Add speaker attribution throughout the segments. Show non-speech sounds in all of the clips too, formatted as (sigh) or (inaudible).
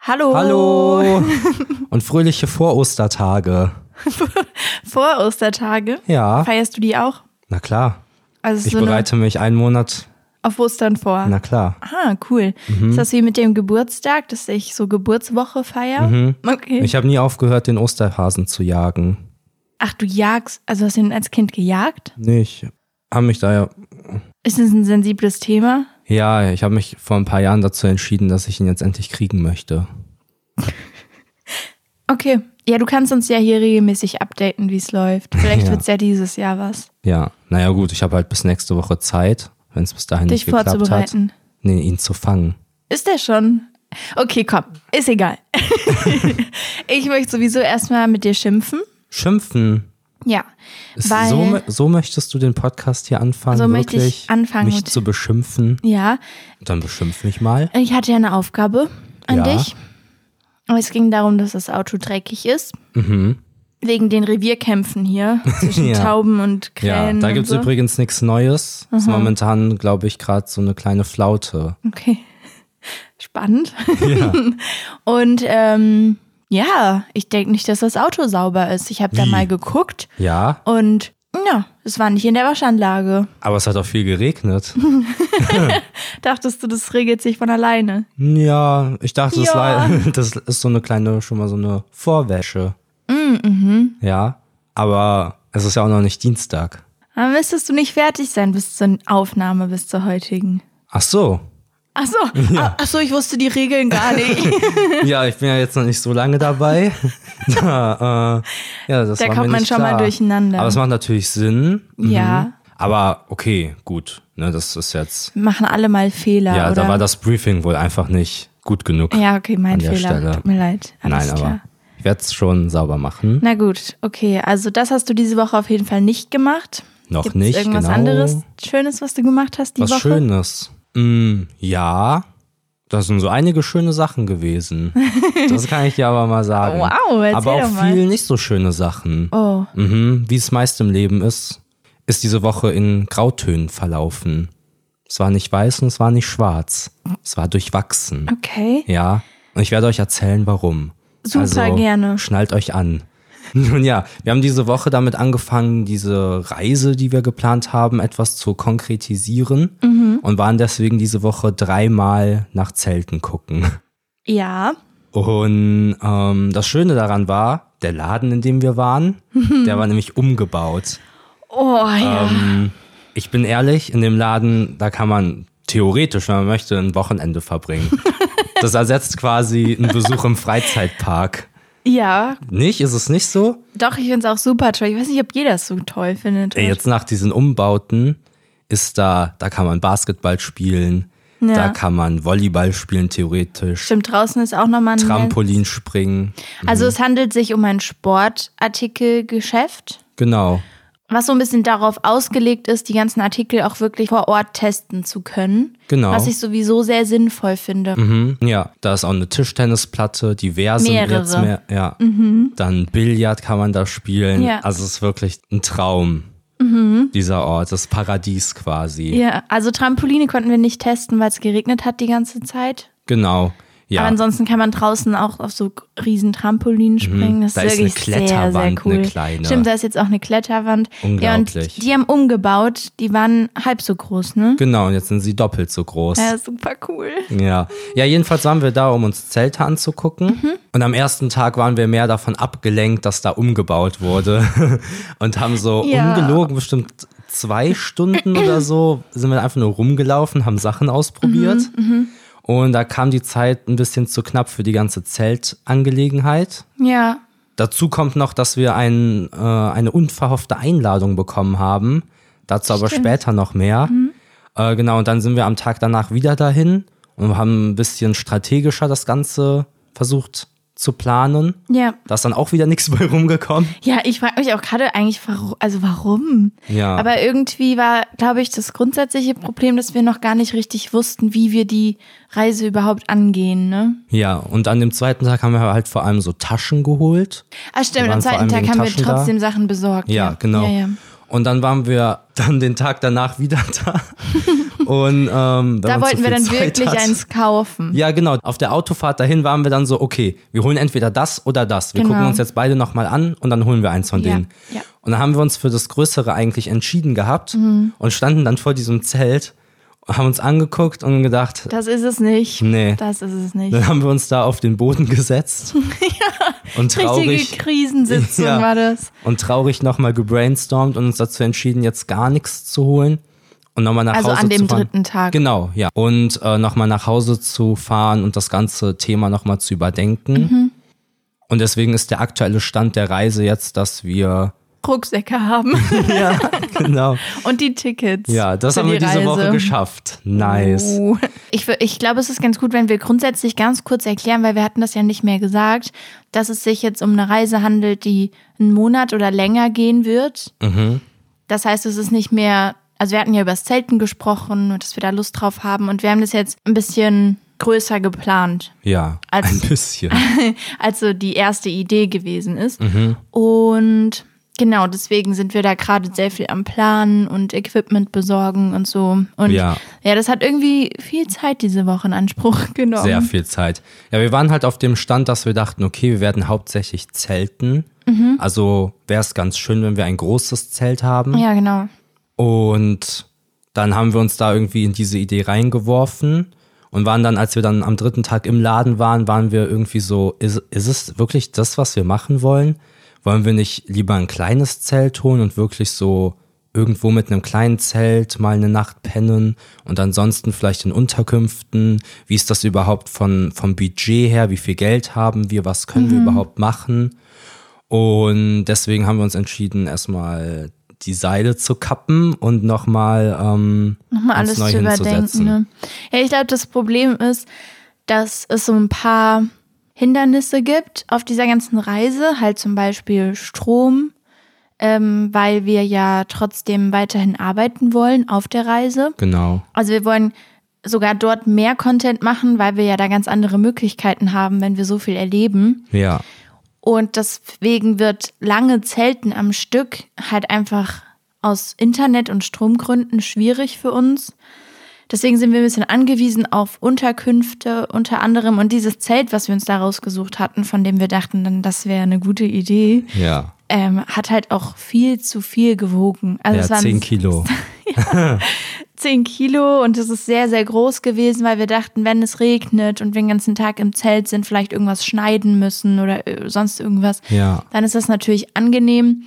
Speaker 1: Hallo.
Speaker 2: Hallo (laughs) und fröhliche Vorostertage.
Speaker 1: Vor Ostertage.
Speaker 2: Ja,
Speaker 1: Feierst du die auch?
Speaker 2: na klar.
Speaker 1: Also es ist
Speaker 2: Ich
Speaker 1: so eine-
Speaker 2: bereite mich einen Monat,
Speaker 1: auf Ostern vor.
Speaker 2: na Mhm. klar.
Speaker 1: Ah, cool. Ist das wie mit dem Geburtstag, dass ich so Geburtswoche feiere? Okay.
Speaker 2: Mhm. Ich habe nie aufgehört, den Osterhasen zu jagen.
Speaker 1: Ach, du jagst, also hast du ihn als Kind gejagt?
Speaker 2: Nee, ich habe mich da ja,
Speaker 1: Ist das ein sensibles Thema?
Speaker 2: ja, ich habe mich vor ein paar Jahren dazu entschieden, dass ich ihn jetzt endlich kriegen möchte.
Speaker 1: Okay. Ja, du kannst uns ja hier regelmäßig updaten, wie es läuft. Vielleicht
Speaker 2: (laughs) Ja.
Speaker 1: wird's ja dieses Jahr was,
Speaker 2: Ja, naja gut, ich habe halt bis nächste Woche Zeit, wenn es bis dahin
Speaker 1: dich
Speaker 2: nicht geklappt hat,
Speaker 1: vorzubereiten.
Speaker 2: nee, ihn zu fangen.
Speaker 1: Ist der schon? Okay, komm, ist
Speaker 2: (laughs)
Speaker 1: egal. (laughs) ich möchte sowieso erstmal mit dir schimpfen.
Speaker 2: Schimpfen.
Speaker 1: Ja.
Speaker 2: Ist
Speaker 1: weil,
Speaker 2: so, mö- so möchtest du den Podcast hier anfangen,
Speaker 1: So möchte
Speaker 2: wirklich?
Speaker 1: ich anfangen
Speaker 2: mich
Speaker 1: mit-
Speaker 2: zu beschimpfen.
Speaker 1: ja,
Speaker 2: Dann beschimpf mich mal.
Speaker 1: ich hatte ja eine Aufgabe an
Speaker 2: Ja.
Speaker 1: dich. Aber es ging darum, dass das Auto dreckig ist. Wegen den Revierkämpfen
Speaker 2: (laughs)
Speaker 1: hier zwischen
Speaker 2: Mhm. Ja.
Speaker 1: Tauben und Krähen.
Speaker 2: ja, da
Speaker 1: und
Speaker 2: gibt's
Speaker 1: so.
Speaker 2: übrigens nichts Neues. Ist momentan, glaube ich, gerade so eine kleine Flaute.
Speaker 1: Okay. (laughs) Spannend.
Speaker 2: Ja.
Speaker 1: (laughs) Und ähm, ja, ich denke nicht, dass das Auto sauber ist. Ich habe da
Speaker 2: Wie?
Speaker 1: mal geguckt
Speaker 2: ja,
Speaker 1: und ja, es war nicht in der Waschanlage.
Speaker 2: aber es hat auch
Speaker 1: (laughs)
Speaker 2: viel geregnet.
Speaker 1: Dachtest du, das regelt sich von alleine?
Speaker 2: ja, ich dachte, das,
Speaker 1: Ja.
Speaker 2: war, (laughs) das ist so eine kleine, schon mal so eine Vorwäsche.
Speaker 1: Mm,
Speaker 2: Mhm. Ja, aber es ist ja auch noch nicht Dienstag.
Speaker 1: Dann müsstest du nicht fertig sein bis zur Aufnahme, bis zur heutigen.
Speaker 2: Ach
Speaker 1: (laughs)
Speaker 2: so.
Speaker 1: Ach
Speaker 2: (laughs)
Speaker 1: so, ach, ach so, ich wusste die Regeln gar nicht.
Speaker 2: Ja, ich bin ja jetzt noch nicht so
Speaker 1: (laughs)
Speaker 2: lange dabei. da, äh, ja, das
Speaker 1: Da
Speaker 2: war
Speaker 1: kommt
Speaker 2: mir
Speaker 1: man
Speaker 2: nicht
Speaker 1: schon mal
Speaker 2: klar.
Speaker 1: durcheinander.
Speaker 2: Aber es macht natürlich Sinn. Mhm.
Speaker 1: Ja.
Speaker 2: Aber okay, gut. Ne, das ist jetzt
Speaker 1: Machen alle mal Fehler,
Speaker 2: Ja,
Speaker 1: oder?
Speaker 2: da war das Briefing wohl einfach nicht gut genug.
Speaker 1: ja, okay, mein
Speaker 2: an der
Speaker 1: Fehler.
Speaker 2: Stelle.
Speaker 1: Tut mir leid. Alles
Speaker 2: Nein,
Speaker 1: klar.
Speaker 2: aber ich werde es schon sauber machen.
Speaker 1: Na gut, okay. Also das hast du diese Woche auf jeden Fall nicht gemacht.
Speaker 2: Noch
Speaker 1: Gibt's
Speaker 2: nicht,
Speaker 1: Irgendwas
Speaker 2: genau.
Speaker 1: anderes Schönes, was du gemacht hast die
Speaker 2: Was
Speaker 1: Woche?
Speaker 2: Schönes. Mm, ja, das sind so einige schöne Sachen gewesen.
Speaker 1: (laughs)
Speaker 2: das kann ich dir aber mal sagen.
Speaker 1: Wow, erzähl
Speaker 2: aber auch
Speaker 1: doch mal.
Speaker 2: viel nicht so schöne Sachen.
Speaker 1: Oh,
Speaker 2: Mhm, wie es meist im Leben ist, ist diese Woche in Grautönen verlaufen. Es war nicht weiß und es war nicht schwarz. Es war durchwachsen.
Speaker 1: okay.
Speaker 2: Ja, und ich werde euch erzählen, warum.
Speaker 1: Super
Speaker 2: also,
Speaker 1: gerne.
Speaker 2: Schnallt euch an. (laughs) Nun ja, wir haben diese Woche damit angefangen, diese Reise, die wir geplant haben, etwas zu konkretisieren
Speaker 1: Mhm.
Speaker 2: und waren deswegen diese Woche dreimal nach Zelten gucken.
Speaker 1: Ja.
Speaker 2: Und ähm, das Schöne daran war, der Laden, in dem
Speaker 1: (laughs)
Speaker 2: wir waren, der war nämlich umgebaut.
Speaker 1: Oh, ja.
Speaker 2: Ähm, ich bin ehrlich, in dem Laden, da kann man theoretisch, wenn man möchte, ein
Speaker 1: (laughs)
Speaker 2: Wochenende verbringen. Das ersetzt quasi einen Besuch im Freizeitpark.
Speaker 1: Ja,
Speaker 2: Nicht? Ist es nicht so?
Speaker 1: doch, ich finde es auch super toll. Ich weiß nicht, ob jeder es so toll findet.
Speaker 2: Ey, jetzt nach diesen Umbauten ist da, da kann man Basketball spielen,
Speaker 1: Ja.
Speaker 2: da kann man Volleyball spielen, theoretisch,
Speaker 1: Stimmt, draußen ist auch nochmal ein...
Speaker 2: Trampolin springen.
Speaker 1: Also es handelt sich um ein Sportartikelgeschäft,
Speaker 2: Genau.
Speaker 1: was so ein bisschen darauf ausgelegt ist, die ganzen Artikel auch wirklich vor Ort testen zu können.
Speaker 2: Genau.
Speaker 1: Was ich sowieso sehr sinnvoll finde.
Speaker 2: Mhm. Ja, da ist auch eine Tischtennisplatte, diverse
Speaker 1: Mehrere. Mhm.
Speaker 2: jetzt mehr. Ja. Dann Billard kann man da spielen.
Speaker 1: Ja. Mhm.
Speaker 2: Also es ist wirklich ein Traum. Dieser Ort, das Paradies quasi.
Speaker 1: Ja, also Trampoline konnten wir nicht testen, weil es geregnet hat die ganze Zeit.
Speaker 2: Genau. Ja. Mhm.
Speaker 1: Aber ansonsten kann man draußen auch auf so riesen Trampolinen springen. Das
Speaker 2: Da
Speaker 1: ist
Speaker 2: ist eine
Speaker 1: wirklich sehr, sehr
Speaker 2: Kletterwand,
Speaker 1: cool.
Speaker 2: eine kleine.
Speaker 1: Stimmt, da ist jetzt auch eine Kletterwand. Ja,
Speaker 2: Unglaublich.
Speaker 1: und die haben umgebaut, die waren halb so groß, ne?
Speaker 2: Genau, und jetzt sind sie doppelt so groß.
Speaker 1: Ja, super cool.
Speaker 2: Ja. ja, jedenfalls waren wir da, um uns Zelte anzugucken. Und am ersten Tag waren wir mehr davon abgelenkt, dass da umgebaut wurde. (laughs) Und haben so
Speaker 1: Ja.
Speaker 2: ungelogen bestimmt zwei Stunden oder so, sind wir einfach nur rumgelaufen, haben Sachen ausprobiert. Und da kam die Zeit ein bisschen zu knapp für die ganze Zeltangelegenheit.
Speaker 1: Ja.
Speaker 2: Dazu kommt noch, dass wir ein, äh, eine unverhoffte Einladung bekommen haben. Dazu aber später noch mehr.
Speaker 1: Mhm.
Speaker 2: Äh, genau, und dann sind wir am Tag danach wieder dahin und haben ein bisschen strategischer das Ganze versucht zu planen.
Speaker 1: Ja.
Speaker 2: Da ist dann auch wieder nichts (laughs) bei rumgekommen.
Speaker 1: Ja, ich frage mich auch gerade eigentlich, warum, also warum?
Speaker 2: Ja.
Speaker 1: Aber irgendwie war, glaube ich, das grundsätzliche Problem, dass wir noch gar nicht richtig wussten, wie wir die Reise überhaupt angehen, ne?
Speaker 2: Ja, und an dem zweiten Tag haben wir halt vor allem so Taschen geholt.
Speaker 1: Ah, stimmt,
Speaker 2: Wir
Speaker 1: am
Speaker 2: waren vor
Speaker 1: zweiten
Speaker 2: allem
Speaker 1: Tag
Speaker 2: wegen
Speaker 1: haben wir
Speaker 2: Taschen da.
Speaker 1: trotzdem Sachen besorgt.
Speaker 2: Ja, genau.
Speaker 1: Ja, ja.
Speaker 2: Und dann waren wir dann den Tag danach wieder (laughs) da Und, ähm, wenn
Speaker 1: Da
Speaker 2: man zu
Speaker 1: wollten wir
Speaker 2: viel
Speaker 1: dann
Speaker 2: Zeit
Speaker 1: wirklich
Speaker 2: hat.
Speaker 1: eins kaufen.
Speaker 2: Ja, genau. Auf der Autofahrt dahin waren wir dann so, okay, wir holen entweder das oder das. Wir
Speaker 1: Genau.
Speaker 2: gucken uns jetzt beide nochmal an und dann holen wir eins von
Speaker 1: Ja,
Speaker 2: denen.
Speaker 1: ja.
Speaker 2: Und dann haben wir uns für das Größere eigentlich entschieden gehabt
Speaker 1: Mhm.
Speaker 2: und standen dann vor diesem Zelt, haben uns angeguckt und gedacht,
Speaker 1: Das ist es nicht.
Speaker 2: Nee.
Speaker 1: Das ist es
Speaker 2: (laughs)
Speaker 1: nicht.
Speaker 2: dann haben wir uns da auf den Boden
Speaker 1: (laughs)
Speaker 2: (laughs) gesetzt und traurig
Speaker 1: Richtige Krisensitzung
Speaker 2: Ja.
Speaker 1: war das.
Speaker 2: und traurig nochmal gebrainstormt und uns dazu entschieden, jetzt gar nichts zu holen und nochmal nach
Speaker 1: Also
Speaker 2: Hause
Speaker 1: an
Speaker 2: zu
Speaker 1: dem
Speaker 2: fahren.
Speaker 1: dritten Tag.
Speaker 2: Genau, ja. Und äh, nochmal nach Hause zu fahren und das ganze Thema nochmal zu überdenken.
Speaker 1: Mhm.
Speaker 2: Und deswegen ist der aktuelle Stand der Reise jetzt, dass wir.
Speaker 1: (laughs) Rucksäcke
Speaker 2: (laughs)
Speaker 1: haben
Speaker 2: Ja, genau.
Speaker 1: und die Tickets.
Speaker 2: Ja, das
Speaker 1: für
Speaker 2: haben wir
Speaker 1: die
Speaker 2: diese
Speaker 1: Reise.
Speaker 2: Woche geschafft. Nice.
Speaker 1: Uh. Ich, wür- ich glaube, es ist ganz gut, wenn wir grundsätzlich ganz kurz erklären, weil wir hatten das ja nicht mehr gesagt, dass es sich jetzt um eine Reise handelt, die einen Monat oder länger gehen wird. Das heißt, es ist nicht mehr, also wir hatten ja über das Zelten gesprochen und dass wir da Lust drauf haben und wir haben das jetzt ein bisschen größer geplant,
Speaker 2: Ja,
Speaker 1: Als-
Speaker 2: ein bisschen.
Speaker 1: (laughs) als so die erste Idee gewesen ist.
Speaker 2: Mhm.
Speaker 1: Und genau, deswegen sind wir da gerade sehr viel am Planen und Equipment besorgen und so. Und
Speaker 2: Ja.
Speaker 1: ja, das hat irgendwie viel Zeit diese Woche in Anspruch (laughs) genommen.
Speaker 2: Sehr viel Zeit. Ja, wir waren halt auf dem Stand, dass wir dachten, okay, wir werden hauptsächlich zelten.
Speaker 1: Mhm.
Speaker 2: Also wäre es ganz schön, wenn wir ein großes Zelt haben.
Speaker 1: Ja, genau.
Speaker 2: Und dann haben wir uns da irgendwie in diese Idee reingeworfen und waren dann, als wir dann am dritten Tag im Laden waren, waren wir irgendwie so, ist, ist es wirklich das, was wir machen wollen? Wollen wir nicht lieber ein kleines Zelt holen und wirklich so irgendwo mit einem kleinen Zelt mal eine Nacht pennen und ansonsten vielleicht in Unterkünften? Wie ist das überhaupt von, vom Budget her? Wie viel Geld haben wir? Was können wir überhaupt machen? Und deswegen haben wir uns entschieden, erstmal die Seile zu kappen und nochmal ähm,
Speaker 1: Mal
Speaker 2: uns
Speaker 1: alles
Speaker 2: neu
Speaker 1: zu überdenken.
Speaker 2: hinzusetzen.
Speaker 1: Ne? Ja, ich glaube, das Problem ist, dass es so ein paar Hindernisse gibt auf dieser ganzen Reise, halt zum Beispiel Strom, ähm, weil wir ja trotzdem weiterhin arbeiten wollen auf der Reise.
Speaker 2: Genau.
Speaker 1: Also wir wollen sogar dort mehr Content machen, weil wir ja da ganz andere Möglichkeiten haben, wenn wir so viel erleben.
Speaker 2: Ja.
Speaker 1: Und deswegen wird lange Zelten am Stück halt einfach aus Internet- und Stromgründen schwierig für uns. Deswegen sind wir ein bisschen angewiesen auf Unterkünfte unter anderem und dieses Zelt, was wir uns da rausgesucht hatten, von dem wir dachten, dann das wäre eine gute Idee,
Speaker 2: Ja.
Speaker 1: ähm, hat halt auch viel zu viel gewogen. Also es
Speaker 2: ja,
Speaker 1: waren (laughs)
Speaker 2: 10 Kilo.
Speaker 1: 10 Kilo und es ist sehr, sehr groß gewesen, weil wir dachten, wenn es regnet und wir den ganzen Tag im Zelt sind, vielleicht irgendwas schneiden müssen oder äh, sonst irgendwas,
Speaker 2: Ja.
Speaker 1: dann ist das natürlich angenehm.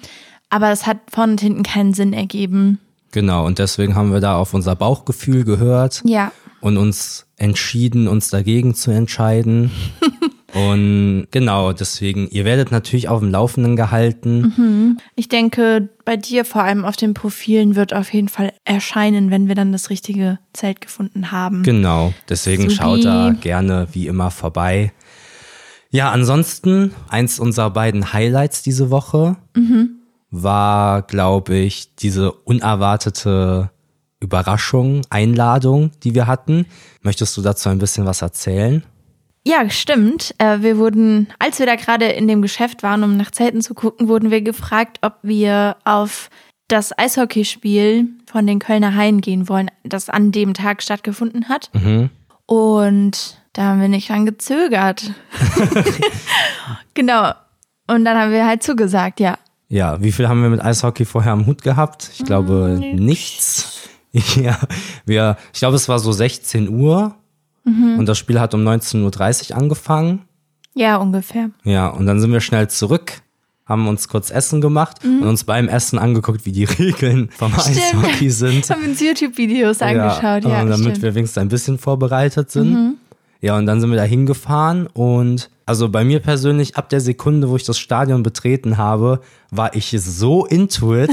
Speaker 1: Aber das hat vorne und hinten keinen Sinn ergeben.
Speaker 2: Genau. Und deswegen haben wir da auf unser Bauchgefühl gehört
Speaker 1: Ja.
Speaker 2: und uns entschieden, uns dagegen zu
Speaker 1: (laughs)
Speaker 2: entscheiden. und genau, deswegen, ihr werdet natürlich auf dem Laufenden gehalten.
Speaker 1: Ich denke, bei dir vor allem auf den Profilen wird auf jeden Fall erscheinen, wenn wir dann das richtige Zelt gefunden haben.
Speaker 2: Genau, deswegen
Speaker 1: Supi.
Speaker 2: schaut da gerne wie immer vorbei. Ja, ansonsten, eins unserer beiden Highlights diese Woche war, glaube ich, diese unerwartete Überraschung, Einladung, die wir hatten. Möchtest du dazu ein bisschen was erzählen?
Speaker 1: Ja, stimmt. Äh, Wir wurden, als wir da gerade in dem Geschäft waren, um nach Zelten zu gucken, wurden wir gefragt, ob wir auf das Eishockeyspiel von den Kölner Haien gehen wollen, das an dem Tag stattgefunden hat. Und da haben wir nicht dran gezögert. genau. Und dann haben wir halt zugesagt, ja.
Speaker 2: Ja, wie viel haben wir mit Eishockey vorher am Hut gehabt? Ich glaube nichts. (laughs) Ja, wir, ich glaube, es war so 16 Uhr und das Spiel hat um 19.30 Uhr angefangen.
Speaker 1: Ja, ungefähr.
Speaker 2: Ja, und dann sind wir schnell zurück, haben uns kurz Essen gemacht und uns beim Essen angeguckt, wie die (laughs) Regeln vom
Speaker 1: Mhm. Stimmt.
Speaker 2: Eishockey sind.
Speaker 1: Haben wir uns YouTube-Videos angeschaut, ja.
Speaker 2: äh, damit
Speaker 1: stimmt. Mhm.
Speaker 2: wir wenigstens ein bisschen vorbereitet sind. Ja, und dann sind wir da hingefahren und also bei mir persönlich, ab der Sekunde, wo ich das Stadion betreten habe, war ich so
Speaker 1: (laughs)
Speaker 2: into it.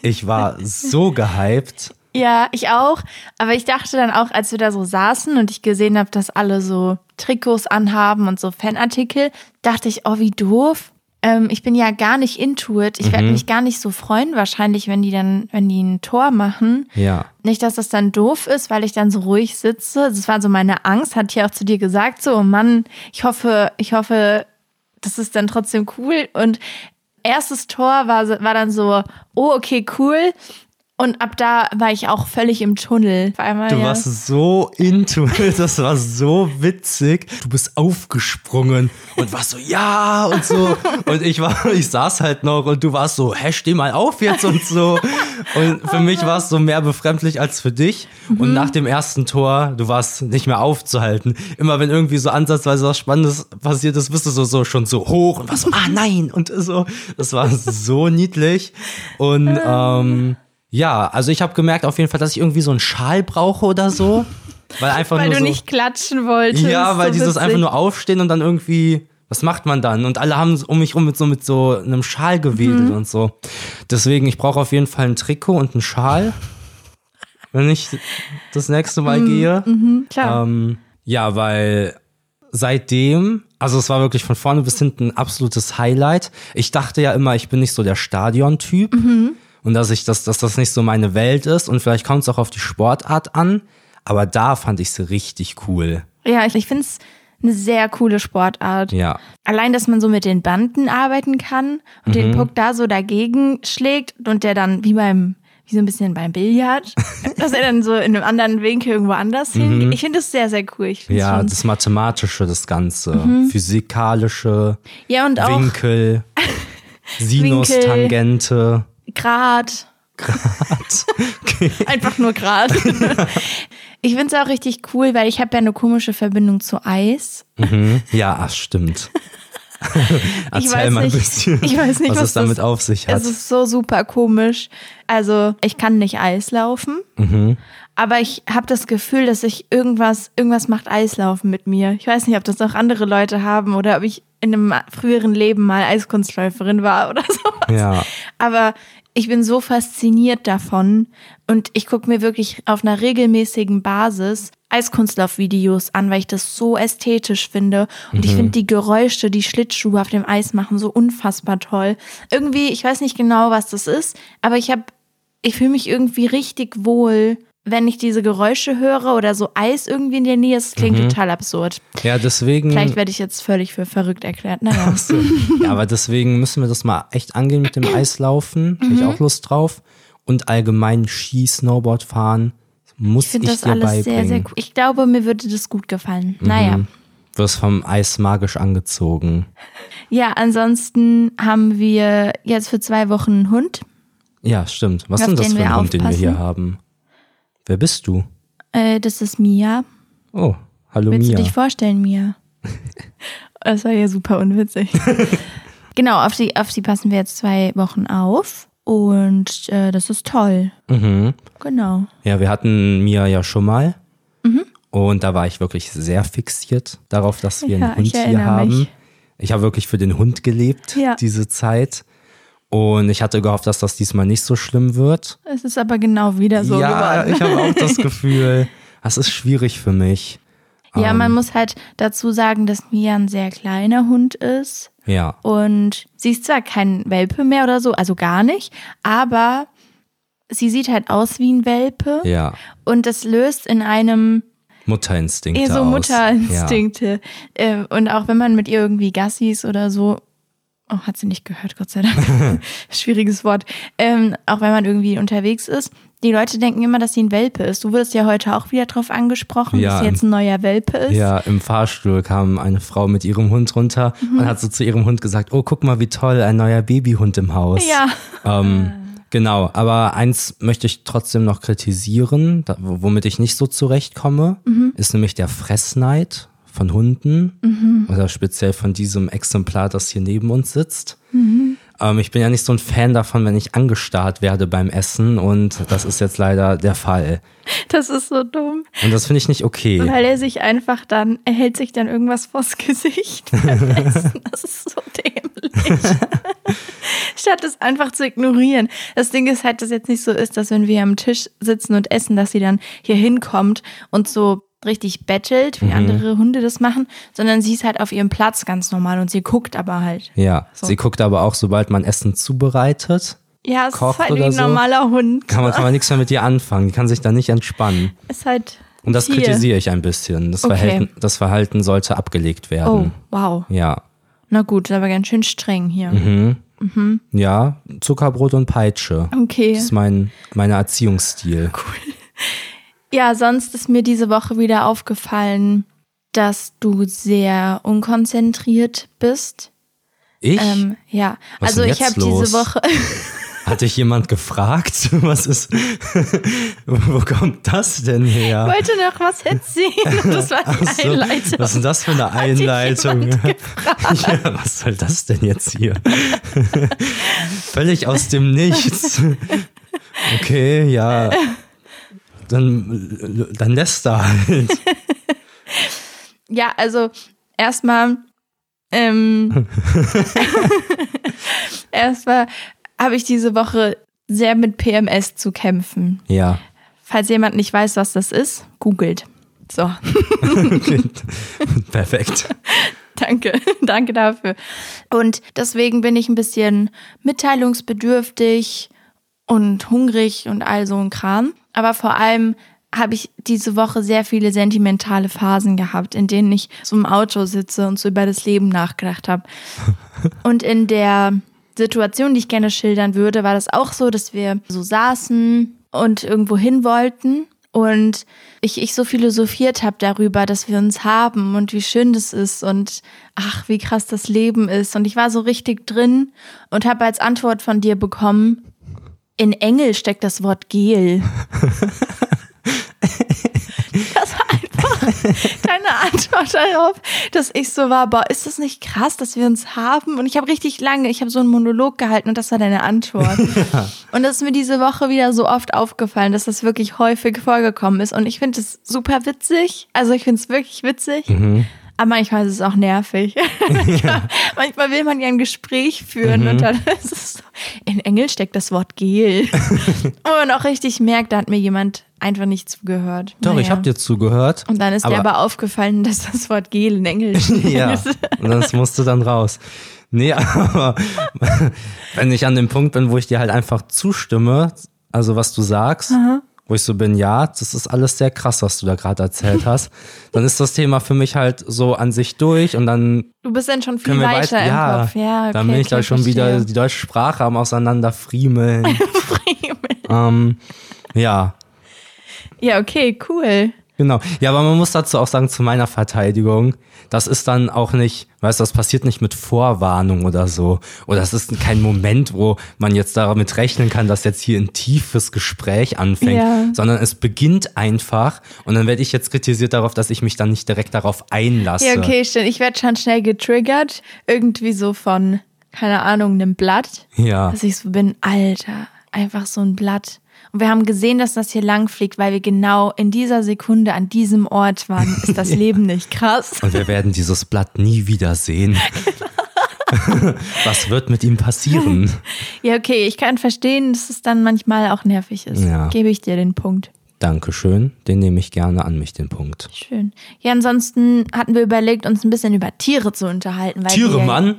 Speaker 2: ich war so gehypt.
Speaker 1: Ja, ich auch. Aber ich dachte dann auch, als wir da so saßen und ich gesehen habe, dass alle so Trikots anhaben und so Fanartikel, dachte ich, oh, wie doof. Ähm, ich bin ja gar nicht into it. Ich werd werde mich gar nicht so freuen, wahrscheinlich, wenn die dann, wenn die ein Tor machen.
Speaker 2: Ja.
Speaker 1: Nicht, dass das dann doof ist, weil ich dann so ruhig sitze. Das war so meine Angst, hat ja auch zu dir gesagt, so, oh Mann, ich hoffe, ich hoffe, das ist dann trotzdem cool. Und erstes Tor war, so- war dann so, oh, okay, cool. Und ab da war ich auch völlig im Tunnel. Auf einmal,
Speaker 2: Du
Speaker 1: ja.
Speaker 2: warst so into it, das war so witzig. Du bist aufgesprungen und warst so, ja und so. Und ich war, ich saß halt noch und du warst so, hä, steh mal auf jetzt und so. Und für mich war es so mehr befremdlich als für dich. Und nach dem ersten Tor, du warst nicht mehr aufzuhalten. Immer wenn irgendwie so ansatzweise was Spannendes passiert ist, bist du so, so schon so hoch und warst so, ah nein und so. Das war so niedlich. Und, ähm, ja, also ich habe gemerkt auf jeden Fall, dass ich irgendwie so einen Schal brauche
Speaker 1: (laughs)
Speaker 2: oder so. Weil einfach
Speaker 1: weil
Speaker 2: nur
Speaker 1: du
Speaker 2: so,
Speaker 1: nicht klatschen wolltest.
Speaker 2: Ja, weil
Speaker 1: so
Speaker 2: dieses
Speaker 1: witzig.
Speaker 2: einfach nur aufstehen und dann irgendwie. Was macht man dann? Und alle haben um mich rum mit so, mit so einem Schal
Speaker 1: Mhm.
Speaker 2: gewedelt und so. Deswegen, ich brauche auf jeden Fall ein Trikot und einen Schal, wenn ich das nächste
Speaker 1: Mm,
Speaker 2: Mal
Speaker 1: mhm.
Speaker 2: gehe.
Speaker 1: Klar.
Speaker 2: Ähm, ja, weil seitdem, also es war wirklich von vorne bis hinten ein absolutes Highlight. Ich dachte ja immer, ich bin nicht so der Stadion-Typ
Speaker 1: Mhm.
Speaker 2: und dass ich das, dass das nicht so meine Welt ist und vielleicht kommt es auch auf die Sportart an. Aber da fand ich es richtig cool.
Speaker 1: Ja, ich, ich finde es eine sehr coole Sportart.
Speaker 2: Ja.
Speaker 1: Allein, dass man so mit den Banden arbeiten kann und
Speaker 2: Mhm.
Speaker 1: den Puck da so dagegen schlägt und der dann wie beim, wie so ein bisschen beim
Speaker 2: (laughs)
Speaker 1: Billard, dass er dann so in einem anderen Winkel irgendwo anders hingeht. Ich finde das sehr, sehr cool. Ich find's
Speaker 2: Mhm. Ja,
Speaker 1: schon-
Speaker 2: das Mathematische, das Ganze. Physikalische,
Speaker 1: ja, Mhm. und auch (laughs)
Speaker 2: Winkel, Sinus,
Speaker 1: Winkel.
Speaker 2: Tangente.
Speaker 1: Grad. (laughs) Grad. Einfach nur
Speaker 2: (laughs)
Speaker 1: Grad. ich finde es auch richtig cool, weil ich habe ja eine komische Verbindung zu Eis.
Speaker 2: Ja,
Speaker 1: (laughs)
Speaker 2: ach, stimmt. Erzähl
Speaker 1: weiß
Speaker 2: mal ein
Speaker 1: nicht-
Speaker 2: bisschen,
Speaker 1: ich weiß nicht,
Speaker 2: was,
Speaker 1: was
Speaker 2: es damit
Speaker 1: das-
Speaker 2: auf sich hat.
Speaker 1: Es ist so super komisch. Also, ich kann nicht Eislaufen. Aber ich habe das Gefühl, dass ich irgendwas, irgendwas macht Eislaufen mit mir. Ich weiß nicht, ob das auch andere Leute haben oder ob ich in einem früheren Leben mal Eiskunstläuferin war oder so.
Speaker 2: Ja.
Speaker 1: Aber ich bin so fasziniert davon und ich gucke mir wirklich auf einer regelmäßigen Basis Eiskunstlaufvideos an, weil ich das so ästhetisch finde. Und ich finde die Geräusche, die Schlittschuhe auf dem Eis machen, so unfassbar toll. Irgendwie, ich weiß nicht genau, was das ist, aber ich habe, ich fühle mich irgendwie richtig wohl, wenn ich diese Geräusche höre oder so Eis irgendwie in der Nähe. Es klingt total absurd.
Speaker 2: Ja, deswegen.
Speaker 1: Vielleicht werde ich jetzt völlig für verrückt erklärt. Naja.
Speaker 2: ja, aber deswegen müssen wir das mal echt
Speaker 1: (clears throat)
Speaker 2: angehen mit dem Eislaufen. Habe ich
Speaker 1: Mhm.
Speaker 2: auch Lust drauf. Und allgemein Ski, Snowboard fahren. Muss
Speaker 1: Ich
Speaker 2: ich,
Speaker 1: finde das
Speaker 2: dir
Speaker 1: alles sehr,
Speaker 2: beibringen. Mhm.
Speaker 1: sehr cool. Ich glaube, mir würde das gut gefallen. Naja.
Speaker 2: Du wirst vom Eis magisch angezogen.
Speaker 1: Ja, ansonsten haben wir jetzt für zwei Wochen einen Hund.
Speaker 2: Ja, stimmt. Was
Speaker 1: Auf
Speaker 2: ist denn das
Speaker 1: den
Speaker 2: für ein
Speaker 1: wir
Speaker 2: Hund, den wir hier
Speaker 1: aufpassen.
Speaker 2: haben? Wer bist du?
Speaker 1: Äh, das ist Mia.
Speaker 2: Oh, hallo
Speaker 1: Willst
Speaker 2: Mia.
Speaker 1: du dich vorstellen,
Speaker 2: (laughs)
Speaker 1: Mia? Das war ja super unwitzig. genau, auf sie, auf sie passen wir jetzt zwei Wochen auf. Und äh, das ist toll.
Speaker 2: mhm.
Speaker 1: Genau.
Speaker 2: Ja, wir hatten Mia ja schon mal.
Speaker 1: Mhm.
Speaker 2: Und da war ich wirklich sehr fixiert darauf, dass wir
Speaker 1: Ja,
Speaker 2: einen Hund
Speaker 1: ich
Speaker 2: hier
Speaker 1: erinnere
Speaker 2: haben.
Speaker 1: mich.
Speaker 2: Ich habe wirklich für den Hund gelebt,
Speaker 1: Ja.
Speaker 2: diese Zeit. Und ich hatte gehofft, dass das diesmal nicht so schlimm wird.
Speaker 1: Es ist aber genau wieder so
Speaker 2: ja,
Speaker 1: geworden.
Speaker 2: ich habe
Speaker 1: (laughs)
Speaker 2: auch das Gefühl, das ist schwierig für mich.
Speaker 1: Ja,
Speaker 2: Ähm.
Speaker 1: man muss halt dazu sagen, dass Mia ein sehr kleiner Hund ist.
Speaker 2: Ja.
Speaker 1: Und sie ist zwar kein Welpe mehr oder so, also gar nicht, aber sie sieht halt aus wie ein Welpe.
Speaker 2: Ja.
Speaker 1: Und das löst in einem
Speaker 2: Mutterinstinkt.
Speaker 1: eher so
Speaker 2: aus.
Speaker 1: Mutterinstinkte. Äh, Und auch wenn man mit ihr irgendwie Gassis oder so. Oh, hat sie nicht gehört, Gott sei
Speaker 2: (laughs)
Speaker 1: Dank. Schwieriges Wort. Ähm, auch wenn man irgendwie unterwegs ist. Die Leute denken immer, dass sie ein Welpe ist. Du wurdest ja heute auch wieder drauf angesprochen,
Speaker 2: Ja.
Speaker 1: dass sie jetzt ein neuer Welpe ist.
Speaker 2: Ja, im Fahrstuhl kam eine Frau mit ihrem Hund runter
Speaker 1: Mhm.
Speaker 2: und hat so zu ihrem Hund gesagt, oh, guck mal, wie toll, ein neuer Babyhund im Haus.
Speaker 1: Ja. Ah.
Speaker 2: Ähm, genau, aber eins möchte ich trotzdem noch kritisieren, da, wo- womit ich nicht so zurechtkomme,
Speaker 1: Mhm.
Speaker 2: ist nämlich der Fressneid von Hunden
Speaker 1: Mhm.
Speaker 2: oder speziell von diesem Exemplar, das hier neben uns sitzt.
Speaker 1: Mhm.
Speaker 2: Ähm, ich bin ja nicht so ein Fan davon, wenn ich angestarrt werde beim Essen und das ist jetzt leider der Fall.
Speaker 1: Das ist so dumm.
Speaker 2: Und das finde ich nicht okay.
Speaker 1: Weil er sich einfach dann, er hält sich dann irgendwas vors Gesicht. (laughs) beim Essen. das ist so dämlich. (laughs) Statt es einfach zu ignorieren. Das Ding ist halt, dass jetzt nicht so ist, dass wenn wir am Tisch sitzen und essen, dass sie dann hier hinkommt und so richtig bettelt, wie
Speaker 2: Mhm.
Speaker 1: andere Hunde das machen, sondern sie ist halt auf ihrem Platz ganz normal und sie guckt aber halt.
Speaker 2: Ja,
Speaker 1: So.
Speaker 2: sie guckt aber auch, sobald man Essen zubereitet,
Speaker 1: Ja, es
Speaker 2: Kocht
Speaker 1: ist halt wie
Speaker 2: oder
Speaker 1: ein
Speaker 2: so?
Speaker 1: normaler Hund.
Speaker 2: kann man, kann man nichts mehr mit ihr anfangen. Die kann sich da nicht entspannen.
Speaker 1: Ist halt.
Speaker 2: Und das
Speaker 1: Tier.
Speaker 2: kritisiere ich ein bisschen. Das,
Speaker 1: Okay.
Speaker 2: Verhalten, das Verhalten sollte abgelegt
Speaker 1: Oh,
Speaker 2: werden.
Speaker 1: wow.
Speaker 2: Ja. Mhm.
Speaker 1: Na gut, ist aber ganz schön streng hier.
Speaker 2: Ja, Zuckerbrot und Peitsche.
Speaker 1: Okay.
Speaker 2: Das ist mein mein Erziehungsstil.
Speaker 1: Ja, sonst ist mir diese Woche wieder aufgefallen, dass du sehr unkonzentriert bist.
Speaker 2: Ich?
Speaker 1: Ähm, ja,
Speaker 2: Was
Speaker 1: also
Speaker 2: ist denn
Speaker 1: ich habe
Speaker 2: jetzt
Speaker 1: diese
Speaker 2: los?
Speaker 1: Woche, (laughs)
Speaker 2: Hat dich jemand gefragt? (laughs) Was ist. Wo kommt das denn her?
Speaker 1: wollte noch was erzählen und das war die
Speaker 2: (laughs) Ach so,
Speaker 1: Einleitung.
Speaker 2: Was ist denn das für eine
Speaker 1: dich
Speaker 2: Einleitung? (laughs)
Speaker 1: jemand
Speaker 2: Ja, was soll das denn jetzt (laughs) hier? Völlig aus dem Nichts. Okay, ja. Dann, dann lässt er halt.
Speaker 1: Ja, also erstmal, ähm, (laughs) erstmal habe ich diese Woche sehr mit PMS zu kämpfen.
Speaker 2: (laughs) Ja.
Speaker 1: Falls jemand nicht weiß, was das ist, googelt. So,
Speaker 2: Okay. Perfekt.
Speaker 1: (laughs) danke, danke dafür. Und deswegen bin ich ein bisschen mitteilungsbedürftig und hungrig und all so ein Kram. Aber vor allem habe ich diese Woche sehr viele sentimentale Phasen gehabt, in denen ich so im Auto sitze und so über das Leben nachgedacht habe. Und in der Situation, die ich gerne schildern würde, war das auch so, dass wir so saßen und irgendwo hin wollten. Und ich, ich so philosophiert habe darüber, dass wir uns haben und wie schön das ist und ach, wie krass das Leben ist. Und ich war so richtig drin und habe als Antwort von dir bekommen, in Engel steckt das Wort Gel. (laughs) Das war einfach deine Antwort darauf, dass ich so war, boah, ist das nicht krass, dass wir uns haben? Und ich habe richtig lange, ich habe so einen Monolog gehalten und das war deine
Speaker 2: (laughs)
Speaker 1: Antwort. Und das ist mir diese Woche wieder so oft aufgefallen, dass das wirklich häufig vorgekommen ist. Und ich finde es super witzig. Also ich finde es wirklich witzig.
Speaker 2: Mhm.
Speaker 1: Aber manchmal ist es auch
Speaker 2: (laughs)
Speaker 1: nervig. (laughs) manchmal will man ja ein Gespräch führen
Speaker 2: Mhm.
Speaker 1: und dann (laughs) ist es so, in Engel steckt das Wort
Speaker 2: (laughs)
Speaker 1: Gel. Und man auch richtig merkt, da hat mir jemand einfach nicht zugehört.
Speaker 2: Doch, ich
Speaker 1: Naja.
Speaker 2: habe dir zugehört.
Speaker 1: Und dann ist dir aber aufgefallen, (laughs) dass das Wort Gel in
Speaker 2: (laughs)
Speaker 1: Englisch
Speaker 2: Ja,
Speaker 1: ist.
Speaker 2: und das musste dann raus. Nee, (laughs) aber wenn ich an dem Punkt bin, wo ich dir halt einfach zustimme, also was du sagst, wo ich so bin, ja, das ist alles sehr krass, was du da
Speaker 1: (laughs)
Speaker 2: gerade erzählt hast, dann ist das Thema für mich halt so an sich durch und dann
Speaker 1: Du bist dann schon viel
Speaker 2: können wir
Speaker 1: weiter
Speaker 2: weiter,
Speaker 1: im
Speaker 2: ja,
Speaker 1: Kopf. Ja, okay,
Speaker 2: dann bin ich
Speaker 1: okay,
Speaker 2: da schon wieder
Speaker 1: verstehe.
Speaker 2: die deutsche Sprache am auseinanderfriemeln.
Speaker 1: (laughs)
Speaker 2: ähm, ja,
Speaker 1: Ja, okay, cool.
Speaker 2: Genau. Ja, aber man muss dazu auch sagen, zu meiner Verteidigung, das ist dann auch nicht, weißt du, das passiert nicht mit Vorwarnung oder so. Oder es ist kein Moment, wo man jetzt damit rechnen kann, dass jetzt hier ein tiefes Gespräch anfängt,
Speaker 1: Ja.
Speaker 2: sondern es beginnt einfach und dann werde ich jetzt kritisiert darauf, dass ich mich dann nicht direkt darauf einlasse.
Speaker 1: Ja, okay, stimmt. Ich werde schon schnell getriggert. Irgendwie so von, keine Ahnung, einem Blatt.
Speaker 2: Ja.
Speaker 1: Dass ich so bin, Alter, einfach so ein Blatt. Und wir haben gesehen, dass das hier lang fliegt, weil wir genau in dieser Sekunde an diesem Ort
Speaker 2: (laughs)
Speaker 1: waren. Ist das Leben nicht krass?
Speaker 2: Und wir werden dieses Blatt nie wiedersehen. (laughs) Was wird mit
Speaker 1: (laughs)
Speaker 2: ihm passieren?
Speaker 1: Ja, okay, ich kann verstehen, dass es dann manchmal auch nervig ist.
Speaker 2: Ja.
Speaker 1: Gebe ich dir den Punkt.
Speaker 2: Dankeschön, den nehme ich gerne an mich, den Punkt.
Speaker 1: Schön. Ja, ansonsten hatten wir überlegt, uns ein bisschen über Tiere zu unterhalten, weil,
Speaker 2: Tiere,
Speaker 1: wir,
Speaker 2: Mann!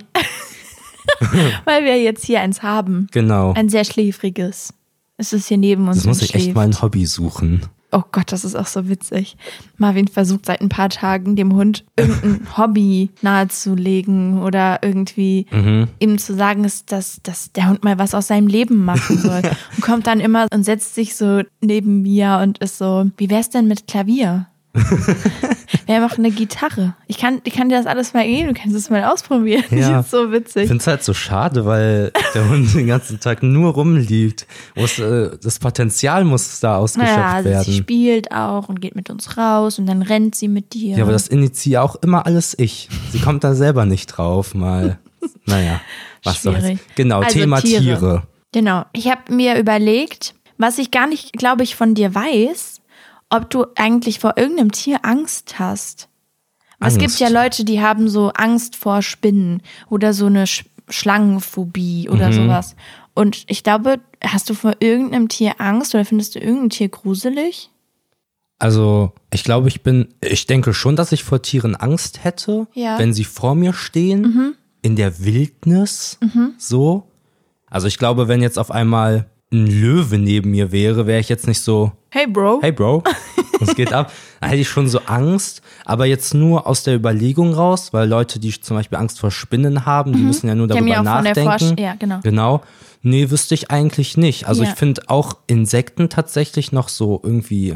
Speaker 1: weil wir jetzt hier eins haben.
Speaker 2: Genau.
Speaker 1: Ein sehr schläfriges. Es ist hier neben uns.
Speaker 2: Das muss
Speaker 1: und
Speaker 2: ich echt
Speaker 1: schläft.
Speaker 2: mal ein Hobby suchen.
Speaker 1: Oh Gott, das ist auch so witzig. Marvin versucht seit ein paar Tagen dem Hund
Speaker 2: (laughs)
Speaker 1: irgendein Hobby nahezulegen oder irgendwie
Speaker 2: Mhm.
Speaker 1: ihm zu sagen, dass, dass, dass der Hund mal was aus seinem Leben machen
Speaker 2: (laughs)
Speaker 1: soll. und kommt dann immer und setzt sich so neben mir und ist so, wie wär's denn mit
Speaker 2: (laughs)
Speaker 1: Klavier? Wer macht eine Gitarre? Ich kann, ich kann dir das alles mal geben, du kannst es mal ausprobieren. (laughs)
Speaker 2: Ja.
Speaker 1: Das ist so
Speaker 2: Ich
Speaker 1: witzig.
Speaker 2: finde es halt so schade, weil der Hund den ganzen Tag nur rumliegt. Muss, äh, das Potenzial muss da ausgeschöpft
Speaker 1: Naja, also sie
Speaker 2: werden.
Speaker 1: spielt auch und geht mit uns raus und dann rennt sie mit dir.
Speaker 2: Ja, aber das initiiere auch immer alles ich. Sie kommt da selber nicht drauf, mal. Naja, was soll's.
Speaker 1: Schwierig.
Speaker 2: Genau,
Speaker 1: Also
Speaker 2: Thema
Speaker 1: Tiere.
Speaker 2: Tiere.
Speaker 1: Genau. Ich habe mir überlegt, was ich gar nicht, glaube ich, von dir weiß, ob du eigentlich vor irgendeinem Tier Angst hast. Weil Es gibt
Speaker 2: Angst.
Speaker 1: ja Leute, die haben so Angst vor Spinnen oder so eine Sch Schlangenphobie
Speaker 2: Mhm.
Speaker 1: oder sowas. Und ich glaube, hast du vor irgendeinem Tier Angst oder findest du irgendein Tier gruselig?
Speaker 2: Also, ich glaube, ich bin, ich denke schon, dass ich vor Tieren Angst hätte,
Speaker 1: Ja.
Speaker 2: wenn sie vor mir stehen, in der Wildnis, so. Also, ich glaube, wenn jetzt auf einmal ein Löwe neben mir wäre, wäre ich jetzt nicht so,
Speaker 1: Hey, Bro.
Speaker 2: hey Bro, es geht ab. Da hätte ich schon so Angst, aber jetzt nur aus der Überlegung raus, weil Leute, die zum Beispiel Angst vor Spinnen haben, die müssen ja nur
Speaker 1: Mhm. Die haben
Speaker 2: darüber
Speaker 1: ja auch von der
Speaker 2: nachdenken.
Speaker 1: Forsch- ja, genau.
Speaker 2: Genau. Nee, wüsste ich eigentlich nicht. Also
Speaker 1: Ja.
Speaker 2: ich finde auch Insekten tatsächlich noch so irgendwie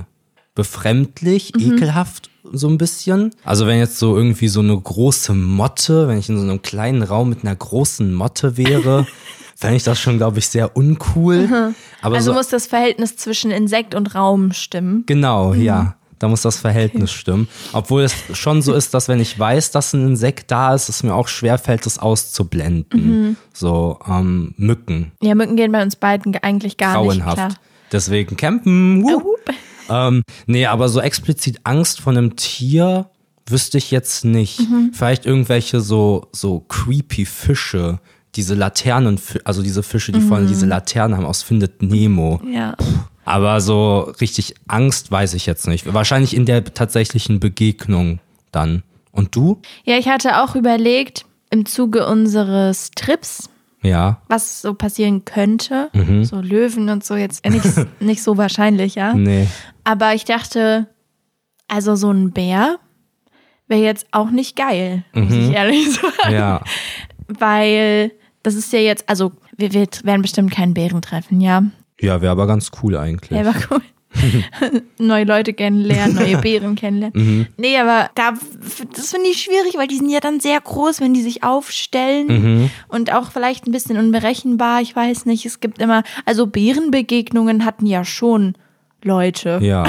Speaker 2: befremdlich,
Speaker 1: Mhm.
Speaker 2: ekelhaft so ein bisschen. Also wenn jetzt so irgendwie so eine große Motte, wenn ich in so einem kleinen Raum mit einer großen Motte
Speaker 1: (laughs)
Speaker 2: wäre, fände ich das schon, glaube ich, sehr uncool. Aber
Speaker 1: Also
Speaker 2: so,
Speaker 1: muss das Verhältnis zwischen Insekt und Raum stimmen.
Speaker 2: Genau, ja. Da muss das Verhältnis stimmen. Obwohl es schon so ist, dass wenn ich weiß, dass ein Insekt da ist, es mir auch schwerfällt, das auszublenden.
Speaker 1: Mhm.
Speaker 2: So ähm, Mücken,
Speaker 1: Ja, Mücken gehen bei uns beiden eigentlich gar Ah, nicht
Speaker 2: grauenhaft.
Speaker 1: klar. Ah,
Speaker 2: Deswegen campen. Woo.
Speaker 1: Hup.
Speaker 2: Ähm, nee, aber so explizit Angst vor einem Tier wüsste ich jetzt nicht.
Speaker 1: Mhm.
Speaker 2: Vielleicht irgendwelche so, so creepy Fische. Diese Laternen, also diese Fische, die
Speaker 1: Mhm.
Speaker 2: vorne diese Laternen haben aus Findet Nemo.
Speaker 1: Ja.
Speaker 2: Aber so richtig Angst weiß ich jetzt nicht. Wahrscheinlich in der tatsächlichen Begegnung dann. Und du?
Speaker 1: ja, ich hatte auch überlegt, im Zuge unseres Trips,
Speaker 2: Ja.
Speaker 1: was so passieren könnte. So Löwen und so, jetzt nicht, nicht so wahrscheinlich, ja.
Speaker 2: Nee.
Speaker 1: Aber ich dachte, also so ein Bär wäre jetzt auch nicht geil, muss ich ehrlich (laughs) sagen.
Speaker 2: Ja.
Speaker 1: Weil das ist ja jetzt, also wir, wir werden bestimmt keinen Bären treffen, ja.
Speaker 2: Ja, wäre aber ganz cool eigentlich.
Speaker 1: Ja, war cool. (laughs) neue Leute kennenlernen, neue Bären kennenlernen. Nee, aber da, das finde ich schwierig, weil die sind ja dann sehr groß, wenn die sich aufstellen und auch vielleicht ein bisschen unberechenbar. Ich weiß nicht, es gibt immer, also Bärenbegegnungen hatten ja schon Leute.
Speaker 2: ja. (laughs)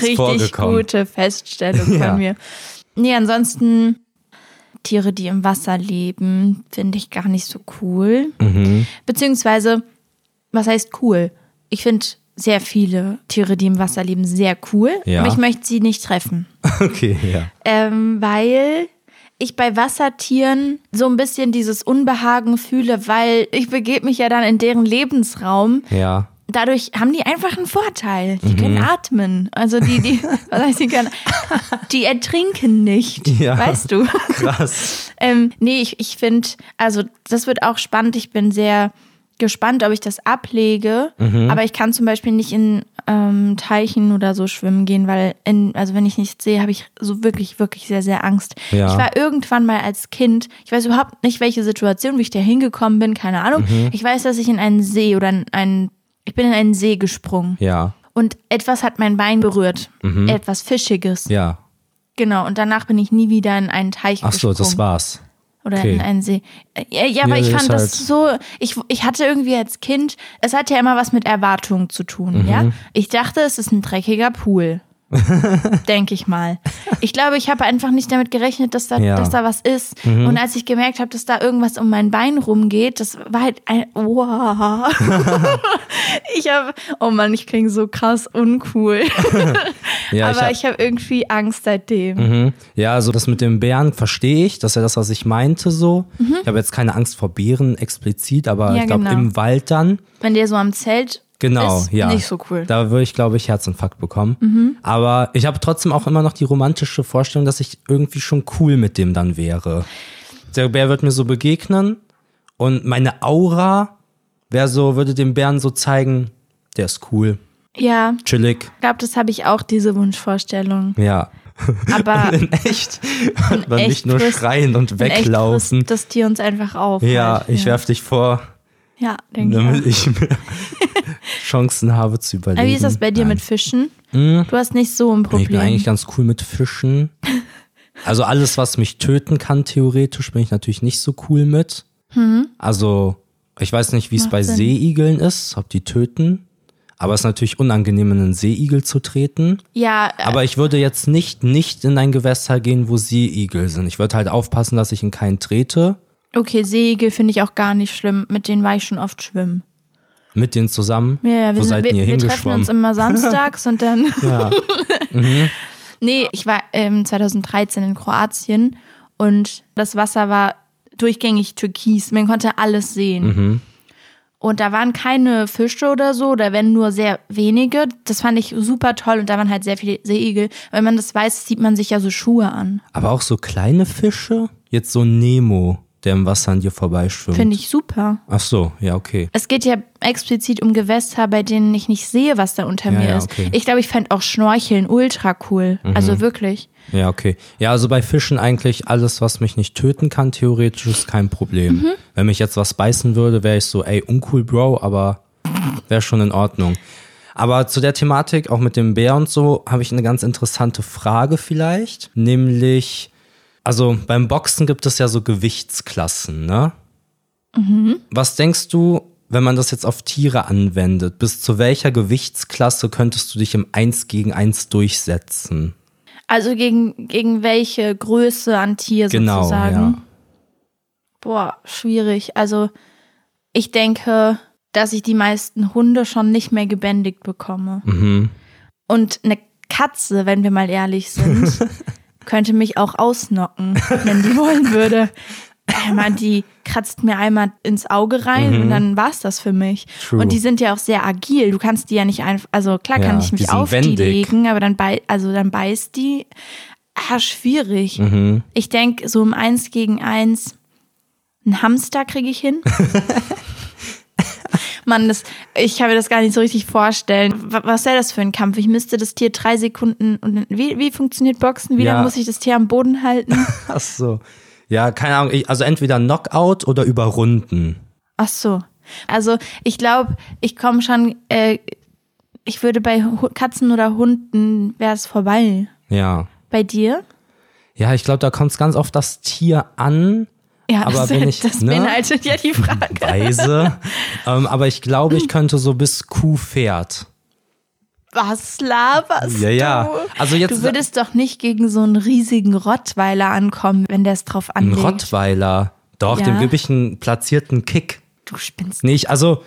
Speaker 1: Richtig
Speaker 2: vorgekommen.
Speaker 1: gute Feststellung
Speaker 2: (laughs) Ja.
Speaker 1: von mir. Nee, ansonsten Tiere, die im Wasser leben, finde ich gar nicht so cool.
Speaker 2: Mhm.
Speaker 1: Beziehungsweise, was heißt cool? Ich finde sehr viele Tiere, die im Wasser leben, sehr cool,
Speaker 2: Ja.
Speaker 1: aber ich möchte sie nicht treffen.
Speaker 2: Okay, ja.
Speaker 1: Ähm, weil ich bei Wassertieren so ein bisschen dieses Unbehagen fühle, weil ich begebe mich ja dann in deren Lebensraum
Speaker 2: Ja.
Speaker 1: dadurch haben die einfach einen Vorteil. Die können atmen. Also die, die, was heißt, die können, die ertrinken nicht.
Speaker 2: Ja.
Speaker 1: Weißt du?
Speaker 2: Krass.
Speaker 1: Ähm, nee, ich, ich finde, also das wird auch spannend. Ich bin sehr gespannt, ob ich das ablege.
Speaker 2: Mhm.
Speaker 1: Aber ich kann zum Beispiel nicht in ähm, Teichen oder so schwimmen gehen, weil in, also wenn ich nichts sehe, habe ich so wirklich, wirklich sehr, sehr Angst.
Speaker 2: Ja.
Speaker 1: Ich war irgendwann mal als Kind, ich weiß überhaupt nicht, welche Situation, wie ich da hingekommen bin, keine Ahnung.
Speaker 2: Mhm.
Speaker 1: Ich weiß, dass ich in einen See oder in einen, ich bin in einen See gesprungen.
Speaker 2: Ja. Mhm.
Speaker 1: Und etwas hat mein Bein berührt. Etwas Fischiges.
Speaker 2: Ja.
Speaker 1: Genau. Und danach bin ich nie wieder in einen Teich
Speaker 2: Ach so,
Speaker 1: gesprungen.
Speaker 2: das war's.
Speaker 1: Oder
Speaker 2: Okay.
Speaker 1: in einen See. Äh, Ja, ja aber
Speaker 2: Ja,
Speaker 1: ich
Speaker 2: das
Speaker 1: fand
Speaker 2: ist halt-
Speaker 1: das so, ich, ich hatte irgendwie als Kind, es hat ja immer was mit Erwartungen zu tun,
Speaker 2: Mhm.
Speaker 1: ja. Ich dachte, es ist ein dreckiger
Speaker 2: (laughs)
Speaker 1: Pool. Denke ich mal. Ich glaube, ich habe einfach nicht damit gerechnet, dass da,
Speaker 2: Ja. Mhm.
Speaker 1: dass da was ist. Und als ich gemerkt habe, dass da irgendwas um mein Bein rumgeht, das war halt ein. Wow. (laughs) ich habe. Oh Mann, ich klinge so krass uncool.
Speaker 2: Ja, ich
Speaker 1: aber
Speaker 2: hab-
Speaker 1: ich habe irgendwie Angst seitdem.
Speaker 2: Mhm. Ja, also das mit dem Bären verstehe ich. Das ist ja das, was ich meinte so. Ich habe jetzt keine Angst vor Bären explizit, aber
Speaker 1: Mhm. Ja,
Speaker 2: ich glaube
Speaker 1: genau.
Speaker 2: im Wald dann.
Speaker 1: Wenn der so am Zelt
Speaker 2: Genau,
Speaker 1: ist,
Speaker 2: ja.
Speaker 1: nicht so cool. Mhm.
Speaker 2: Da würde ich, glaube ich, Herzinfarkt bekommen. Aber ich habe trotzdem auch immer noch die romantische Vorstellung, dass ich irgendwie schon cool mit dem dann wäre. Der Bär wird mir so begegnen und meine Aura wäre so, würde dem Bären so zeigen, der ist cool,
Speaker 1: ja.
Speaker 2: chillig,
Speaker 1: glaube, das habe ich auch, diese Wunschvorstellung.
Speaker 2: ja. (laughs)
Speaker 1: Aber
Speaker 2: In echt. (laughs) Aber
Speaker 1: echt
Speaker 2: nicht nur
Speaker 1: frisst-
Speaker 2: schreien und
Speaker 1: in echt
Speaker 2: weglaufen.
Speaker 1: frisst das Tier uns einfach auf.
Speaker 2: Ja,
Speaker 1: halt.
Speaker 2: ich werf dich vor,
Speaker 1: Ja, denke ich.
Speaker 2: damit
Speaker 1: auch. (laughs)
Speaker 2: ich mehr (laughs) Chancen habe zu überleben.
Speaker 1: Aber wie ist das bei dir mit Fischen? Du hast nicht so ein
Speaker 2: Hm? Ich bin
Speaker 1: Problem.
Speaker 2: eigentlich ganz cool
Speaker 1: (laughs)
Speaker 2: mit Fischen. Also alles, was mich töten kann, theoretisch, bin ich natürlich nicht so cool mit. Also ich weiß nicht, wie es
Speaker 1: Mhm. Macht
Speaker 2: bei
Speaker 1: Sinn.
Speaker 2: Seeigeln ist, ob die töten. Aber es ist natürlich unangenehm, in einen Seeigel zu treten.
Speaker 1: Ja, äh,
Speaker 2: Aber ich würde jetzt nicht, nicht in ein Gewässer gehen, wo Seeigel sind. Ich würde halt aufpassen, dass ich in keinen trete.
Speaker 1: okay, Segel finde ich auch gar nicht schlimm. Mit denen war ich schon oft schwimmen.
Speaker 2: Mit denen zusammen.
Speaker 1: Ja, ja, wir,
Speaker 2: wo
Speaker 1: sind,
Speaker 2: seid
Speaker 1: wir,
Speaker 2: ihr
Speaker 1: wir treffen uns
Speaker 2: hingeschwommen? (laughs)
Speaker 1: immer samstags und dann. (laughs)
Speaker 2: Ja. Mhm.
Speaker 1: Nee, ich war ähm, 2013 in Kroatien und das Wasser war durchgängig türkis. Man konnte alles sehen.
Speaker 2: Mhm.
Speaker 1: Und da waren keine Fische oder so, oder wenn nur sehr wenige. Das fand ich super toll und da waren halt sehr viele Seeigel. Wenn man das weiß, zieht man sich ja so Schuhe an.
Speaker 2: Aber auch so kleine Fische? Jetzt so Nemo. der im Wasser an dir vorbeischwimmt.
Speaker 1: Finde ich super.
Speaker 2: Ach so, ja, okay.
Speaker 1: Es geht ja explizit um Gewässer, bei denen ich nicht sehe, was da unter
Speaker 2: Ja,
Speaker 1: mir
Speaker 2: ja,
Speaker 1: ist.
Speaker 2: okay. Mhm.
Speaker 1: Ich glaube, ich fände auch Schnorcheln ultra cool. Also wirklich.
Speaker 2: Ja, okay. Ja, also bei Fischen eigentlich alles, was mich nicht töten kann, theoretisch ist kein Problem. Wenn mich jetzt was beißen würde, wäre ich so, ey, uncool, Bro, aber wäre schon in Ordnung. Aber zu der Thematik, auch mit dem Bär und so, habe ich eine ganz interessante Frage vielleicht. Nämlich, also beim Boxen gibt es ja so Gewichtsklassen, ne? Was denkst du, wenn man das jetzt auf Tiere anwendet, bis zu welcher Gewichtsklasse könntest du dich im 1 gegen 1 durchsetzen?
Speaker 1: Also gegen, gegen welche Größe an Tier
Speaker 2: Genau,
Speaker 1: sozusagen.
Speaker 2: ja.
Speaker 1: Boah, schwierig. Also ich denke, dass ich die meisten Hunde schon nicht mehr gebändigt bekomme.
Speaker 2: Mhm.
Speaker 1: Und eine Katze, wenn wir mal ehrlich
Speaker 2: (laughs)
Speaker 1: sind, könnte mich auch ausnocken, wenn die wollen würde. Einmal, die kratzt mir einmal ins Auge rein und dann war's das für mich.
Speaker 2: Mhm. True.
Speaker 1: Und die sind ja auch sehr agil. Du kannst die ja nicht einfach, also klar
Speaker 2: Ja,
Speaker 1: kann ich
Speaker 2: die
Speaker 1: mich
Speaker 2: sind
Speaker 1: auf
Speaker 2: wendig.
Speaker 1: die legen, aber dann, bei, also dann beißt die. Ah, schwierig.
Speaker 2: Mhm.
Speaker 1: Ich denke, so im Eins gegen Eins, ein Hamster kriege ich
Speaker 2: (laughs)
Speaker 1: hin. Mann, das, ich kann mir das gar nicht so richtig vorstellen. Wa- Was wäre das für ein Kampf? Ich müsste das Tier drei Sekunden und wie, wie funktioniert Boxen? Wie
Speaker 2: Ja.
Speaker 1: lange muss ich das Tier am Boden halten?
Speaker 2: Ach so. Ja, keine Ahnung. Ich, also entweder Knockout oder überrunden.
Speaker 1: Ach so. Also ich glaube, ich komme schon, äh, ich würde bei Hu- Katzen oder Hunden, wäre es vorbei.
Speaker 2: Ja.
Speaker 1: Bei dir?
Speaker 2: Ja, ich glaube, da kommt es ganz auf das Tier an.
Speaker 1: Ja,
Speaker 2: Aber
Speaker 1: das,
Speaker 2: wenn ich-
Speaker 1: das
Speaker 2: ne?
Speaker 1: beinhaltet ja
Speaker 2: (laughs)
Speaker 1: die Frage. (laughs)
Speaker 2: Weise. ähm, aber ich glaube, ich könnte so bis Kuh fährt.
Speaker 1: Was laberst
Speaker 2: Ja, ja.
Speaker 1: du?
Speaker 2: Also jetzt-
Speaker 1: du würdest doch nicht gegen so einen riesigen Rottweiler ankommen, wenn der es drauf
Speaker 2: Ein
Speaker 1: anlegt.
Speaker 2: Rottweiler. Doch,
Speaker 1: Ja.
Speaker 2: dem gebe ich einen platzierten Kick.
Speaker 1: du spinnst.
Speaker 2: Nee, ich, also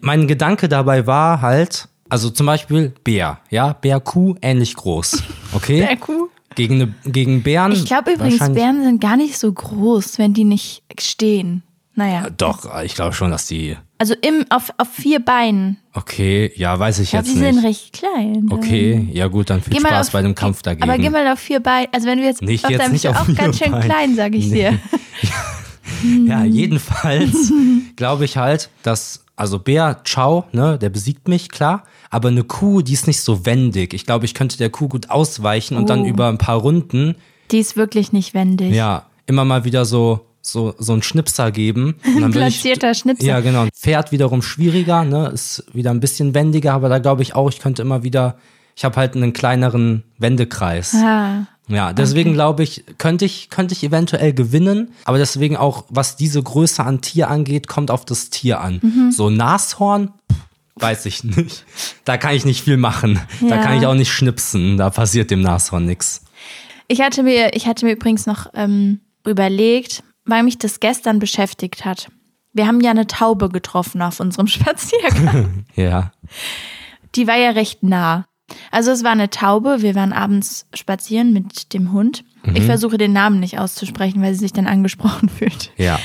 Speaker 2: mein Gedanke dabei war halt, also zum Beispiel Bär. Ja, Bär, Kuh,
Speaker 1: (laughs)
Speaker 2: ähnlich groß. Okay?
Speaker 1: Bär, Kuh.
Speaker 2: Gegen, eine, gegen Bären.
Speaker 1: Ich glaube übrigens,
Speaker 2: Hm, wahrscheinlich-
Speaker 1: Bären sind gar nicht so groß, wenn die nicht stehen. Naja,
Speaker 2: Doch, ich glaube schon, dass die.
Speaker 1: also im, auf, auf vier Beinen.
Speaker 2: Okay, ja, weiß ich
Speaker 1: Ja,
Speaker 2: jetzt
Speaker 1: die
Speaker 2: nicht.
Speaker 1: sind recht klein.
Speaker 2: Okay, ja gut, dann viel
Speaker 1: Mhm. Geh mal
Speaker 2: Spaß
Speaker 1: auf-
Speaker 2: bei dem Kampf dagegen.
Speaker 1: Aber geh mal auf vier Beinen. Also wenn wir jetzt
Speaker 2: Nicht
Speaker 1: auf
Speaker 2: jetzt,
Speaker 1: deinem
Speaker 2: nicht
Speaker 1: Tier
Speaker 2: auf
Speaker 1: auch ganz
Speaker 2: vier
Speaker 1: schön
Speaker 2: Beinen.
Speaker 1: klein, sag ich dir. Mhm. (laughs)
Speaker 2: ja, jedenfalls glaube ich halt, dass, also Bär, ciao, ne, der besiegt mich, klar. Aber eine Kuh, die ist nicht so wendig. Ich glaube, ich könnte der Kuh gut ausweichen und dann
Speaker 1: Oh.
Speaker 2: über ein paar Runden,
Speaker 1: Die ist wirklich nicht wendig.
Speaker 2: ja, immer mal wieder so, so, so einen
Speaker 1: (laughs)
Speaker 2: Schnipser geben. Und dann will ich-
Speaker 1: Platzierter Schnipser.
Speaker 2: Ja, genau. Pferd wiederum schwieriger, ne, ist wieder ein bisschen wendiger, aber da glaube ich auch, ich könnte immer wieder, ich habe halt einen kleineren Wendekreis.
Speaker 1: Ah,
Speaker 2: Ja, deswegen glaube ich, könnte ich, könnte ich eventuell gewinnen, aber deswegen auch, was diese Größe an Tier angeht, kommt auf das Tier an.
Speaker 1: Mhm.
Speaker 2: So Nashorn, pff, weiß ich nicht. Da kann ich nicht viel machen. Da
Speaker 1: Ja.
Speaker 2: kann ich auch nicht schnipsen. Da passiert dem Nashorn nichts.
Speaker 1: Ich hatte mir, ich hatte mir übrigens noch ähm, überlegt, weil mich das gestern beschäftigt hat. Wir haben ja eine Taube getroffen auf unserem (laughs) Spaziergang.
Speaker 2: Ja.
Speaker 1: Die war ja recht nah. Also es war eine Taube. Wir waren abends spazieren mit dem Hund. Ich versuche den Namen nicht auszusprechen, weil sie sich dann angesprochen (laughs) fühlt.
Speaker 2: Ja.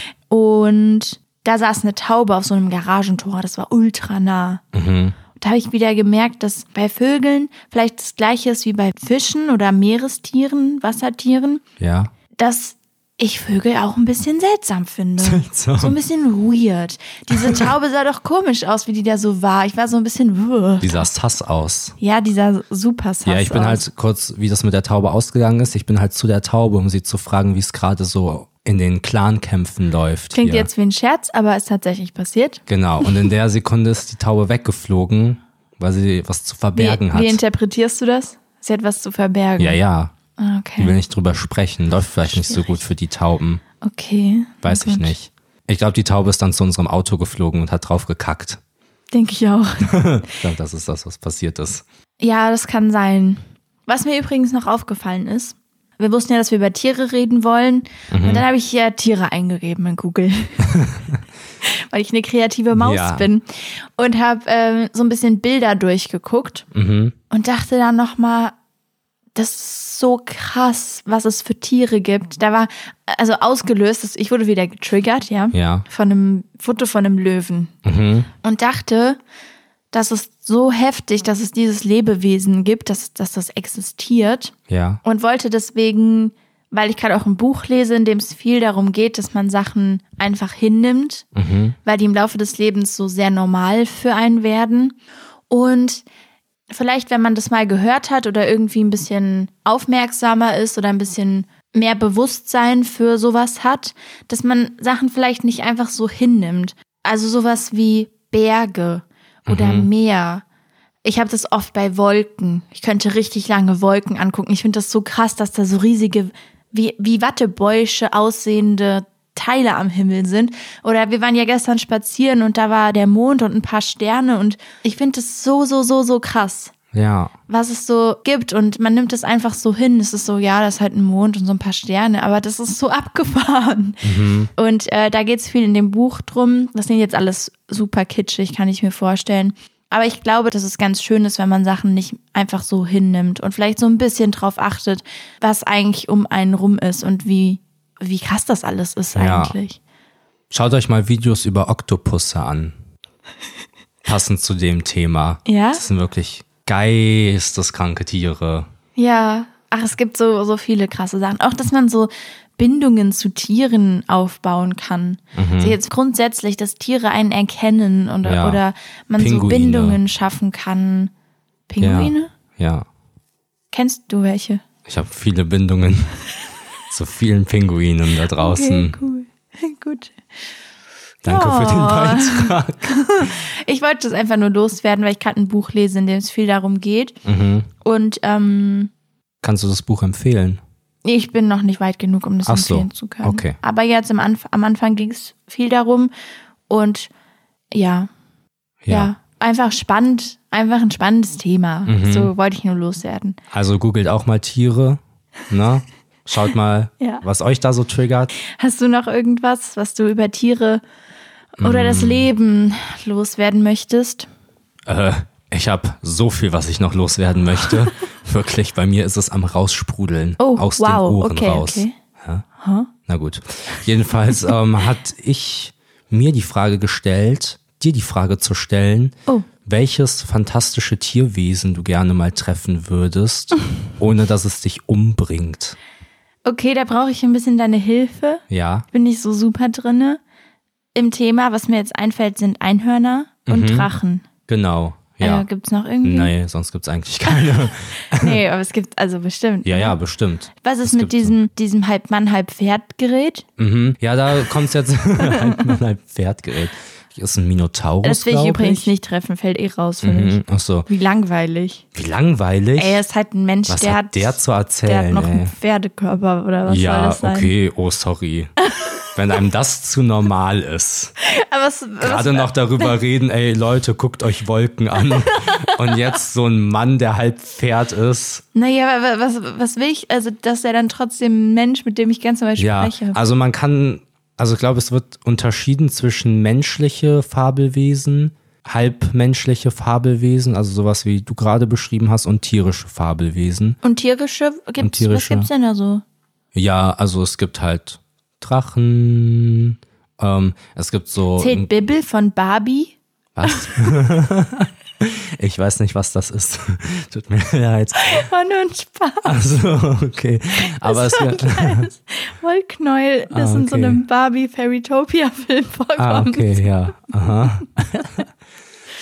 Speaker 1: Und da saß eine Taube auf so einem Garagentor. Das war ultra nah. Und Da habe ich wieder gemerkt, dass bei Vögeln vielleicht das Gleiche ist wie bei Fischen oder Meerestieren, Wassertieren,
Speaker 2: Ja.
Speaker 1: dass ich Vögel auch ein bisschen seltsam finde.
Speaker 2: Seltsam.
Speaker 1: So ein bisschen weird.
Speaker 2: (laughs)
Speaker 1: Diese Taube sah doch komisch aus, wie die da so war. Ich war so ein bisschen. "Wuh."
Speaker 2: Dieser Sass aus.
Speaker 1: Ja, dieser super Sass
Speaker 2: ja, ich bin
Speaker 1: aus.
Speaker 2: halt kurz, wie das mit der Taube ausgegangen ist. Ich bin halt zu der Taube, um sie zu fragen, wie es gerade so in den Clan-Kämpfen läuft.
Speaker 1: Klingt
Speaker 2: hier.
Speaker 1: jetzt wie ein Scherz, aber ist tatsächlich passiert.
Speaker 2: Genau. Und in der Sekunde ist die Taube weggeflogen, weil sie was zu
Speaker 1: Wie,
Speaker 2: verbergen hat.
Speaker 1: wie interpretierst du das? Sie hat was zu verbergen.
Speaker 2: Ja, ja.
Speaker 1: Ah,
Speaker 2: Ich will
Speaker 1: Okay.
Speaker 2: nicht drüber sprechen. Läuft vielleicht nicht so gut für die Tauben.
Speaker 1: Okay.
Speaker 2: Weiß ich nicht. Ich glaube, die Taube ist dann zu unserem Auto geflogen und hat drauf gekackt.
Speaker 1: Denke ich auch.
Speaker 2: Ich glaube, das ist das, was passiert ist.
Speaker 1: Ja, das kann sein. Was mir übrigens noch aufgefallen ist, wir wussten ja, dass wir über Tiere reden wollen. Und dann habe ich ja Tiere eingegeben in Google. Weil ich eine kreative Maus
Speaker 2: Ja.
Speaker 1: bin. Und habe ähm, so ein bisschen Bilder durchgeguckt und dachte dann nochmal, das ist so krass, was es für Tiere gibt. Da war, also ausgelöst, das- ich wurde wieder getriggert, ja.
Speaker 2: Ja.
Speaker 1: Von einem Foto von einem Löwen. Und dachte, das ist so heftig, dass es dieses Lebewesen gibt, dass, dass das existiert.
Speaker 2: Ja.
Speaker 1: Und wollte deswegen weil ich gerade auch ein Buch lese, in dem es viel darum geht, dass man Sachen einfach hinnimmt, weil die im Laufe des Lebens so sehr normal für einen werden. Und vielleicht, wenn man das mal gehört hat oder irgendwie ein bisschen aufmerksamer ist oder ein bisschen mehr Bewusstsein für sowas hat, dass man Sachen vielleicht nicht einfach so hinnimmt. Also sowas wie Berge oder Meer. Ich habe das oft bei Wolken. Ich könnte richtig lange Wolken angucken. Ich finde das so krass, dass da so riesige, wie, wie Wattebäusche aussehende Teile am Himmel sind. Oder wir waren ja gestern spazieren und da war der Mond und ein paar Sterne und ich finde das so, so, so, so krass
Speaker 2: Ja.
Speaker 1: was es so gibt und man nimmt es einfach so hin. Es ist so, ja, das ist halt ein Mond und so ein paar Sterne, aber das ist so (laughs) abgefahren. Und äh, da geht es viel in dem Buch drum. Das sind jetzt alles super kitschig, kann ich mir vorstellen. Aber ich glaube, dass es ganz schön ist, wenn man Sachen nicht einfach so hinnimmt und vielleicht so ein bisschen drauf achtet, was eigentlich um einen rum ist und wie, wie krass das alles ist
Speaker 2: Ja.
Speaker 1: eigentlich.
Speaker 2: Schaut euch mal Videos über Oktopusse an. Passend zu dem Thema.
Speaker 1: Ja?
Speaker 2: Das sind wirklich geisteskranke Tiere.
Speaker 1: Ja, ach, es gibt so, so viele krasse Sachen. Auch, dass man so Bindungen zu Tieren aufbauen kann. Also jetzt grundsätzlich, dass Tiere einen erkennen und,
Speaker 2: Mhm. Ja.
Speaker 1: oder man so
Speaker 2: Pinguine.
Speaker 1: Bindungen schaffen kann. Pinguine?
Speaker 2: Ja. ja.
Speaker 1: Kennst du welche?
Speaker 2: Ich habe viele Bindungen (laughs) zu vielen Pinguinen da draußen.
Speaker 1: cool. (laughs) Gut.
Speaker 2: Danke für den
Speaker 1: Ja.
Speaker 2: Beitrag. (laughs)
Speaker 1: Ich wollte das einfach nur loswerden, weil ich gerade ein Buch lese, in dem es viel darum geht. Und ähm,
Speaker 2: Mhm. Kannst du das Buch empfehlen?
Speaker 1: ich bin noch nicht weit genug, um das
Speaker 2: Ach so,
Speaker 1: empfehlen zu können.
Speaker 2: okay.
Speaker 1: Aber jetzt am, Anf am Anfang ging es viel darum. Und ja, Ja. Einfach spannend, einfach ein spannendes Thema.
Speaker 2: Mhm.
Speaker 1: So wollte ich nur loswerden.
Speaker 2: Also googelt auch mal Tiere. Ne? Schaut mal,
Speaker 1: (laughs) Ja.
Speaker 2: was euch da so triggert.
Speaker 1: Hast du noch irgendwas, was du über Tiere oder
Speaker 2: Mm.
Speaker 1: das Leben loswerden möchtest?
Speaker 2: Äh, ich habe so viel, was ich noch
Speaker 1: (laughs)
Speaker 2: loswerden möchte. Wirklich, bei mir ist es am Raussprudeln.
Speaker 1: Oh,
Speaker 2: aus
Speaker 1: wow,
Speaker 2: den Ohren
Speaker 1: okay,
Speaker 2: raus.
Speaker 1: okay.
Speaker 2: Na gut. Jedenfalls ähm, hat ich mir die Frage gestellt, dir die Frage zu stellen,
Speaker 1: Oh.
Speaker 2: welches fantastische Tierwesen du gerne mal
Speaker 1: (laughs)
Speaker 2: treffen würdest, ohne dass es dich umbringt.
Speaker 1: Okay, da brauche ich ein bisschen deine Hilfe.
Speaker 2: Ja.
Speaker 1: Bin ich so super drinne. Im Thema, was mir jetzt einfällt, sind Einhörner und Drachen.
Speaker 2: Genau. Mhm. Ja.
Speaker 1: Äh, Gibt es noch irgendwie?
Speaker 2: Nee, sonst gibt's eigentlich keine.
Speaker 1: (laughs) Nee, aber es gibt, also bestimmt.
Speaker 2: ja, ja, bestimmt.
Speaker 1: Was ist
Speaker 2: gibt's
Speaker 1: mit diesem, diesem Halb-Mann, Halb-Pferd-Gerät?
Speaker 2: Mhm. Ja, da kommt's jetzt (laughs) ein ein Pferdgerät. Ist ein Minotaurus,
Speaker 1: Das will ich
Speaker 2: glaub
Speaker 1: übrigens nicht treffen, fällt eh raus für mich.
Speaker 2: Mhm. Ach so.
Speaker 1: Wie langweilig.
Speaker 2: Wie langweilig.
Speaker 1: Ey, er ist halt ein Mensch,
Speaker 2: Was
Speaker 1: der
Speaker 2: hat
Speaker 1: hat,
Speaker 2: der zu
Speaker 1: der hat
Speaker 2: erzählen,
Speaker 1: noch
Speaker 2: ey?
Speaker 1: einen Pferdekörper oder was soll
Speaker 2: Ja,
Speaker 1: das sein?
Speaker 2: okay, oh sorry. Wenn einem das zu normal ist.
Speaker 1: (laughs) Aber was, was,
Speaker 2: Gerade
Speaker 1: (laughs)
Speaker 2: noch darüber reden, ey Leute, guckt euch Wolken an. Und jetzt so ein Mann, der halb Pferd ist.
Speaker 1: naja, aber was, was will ich? Also, dass er dann trotzdem ein Mensch, mit dem ich ganz normal
Speaker 2: Ja,
Speaker 1: spreche.
Speaker 2: also man kann, also ich glaube, es wird unterschieden zwischen menschliche Fabelwesen, halbmenschliche Fabelwesen, also sowas wie du gerade beschrieben hast, und tierische Fabelwesen.
Speaker 1: Und tierische, gibt's, was
Speaker 2: tierische.
Speaker 1: gibt's denn da so?
Speaker 2: Ja, also es gibt halt Drachen, ähm, es gibt so.
Speaker 1: Zählt Bibbel von Barbie? (laughs)
Speaker 2: Was? ich weiß nicht, was das ist. (laughs) Tut mir leid.
Speaker 1: War Oh, nur ein Spaß.
Speaker 2: Also, okay.
Speaker 1: (laughs)
Speaker 2: Aber es gibt.
Speaker 1: Kleines Wollknäuel, das
Speaker 2: (laughs) Ah,
Speaker 1: in so
Speaker 2: okay.
Speaker 1: einem Barbie-Fairytopia-Film (laughs) vorkommt.
Speaker 2: Ah, okay, ja.
Speaker 1: (laughs)
Speaker 2: Aha.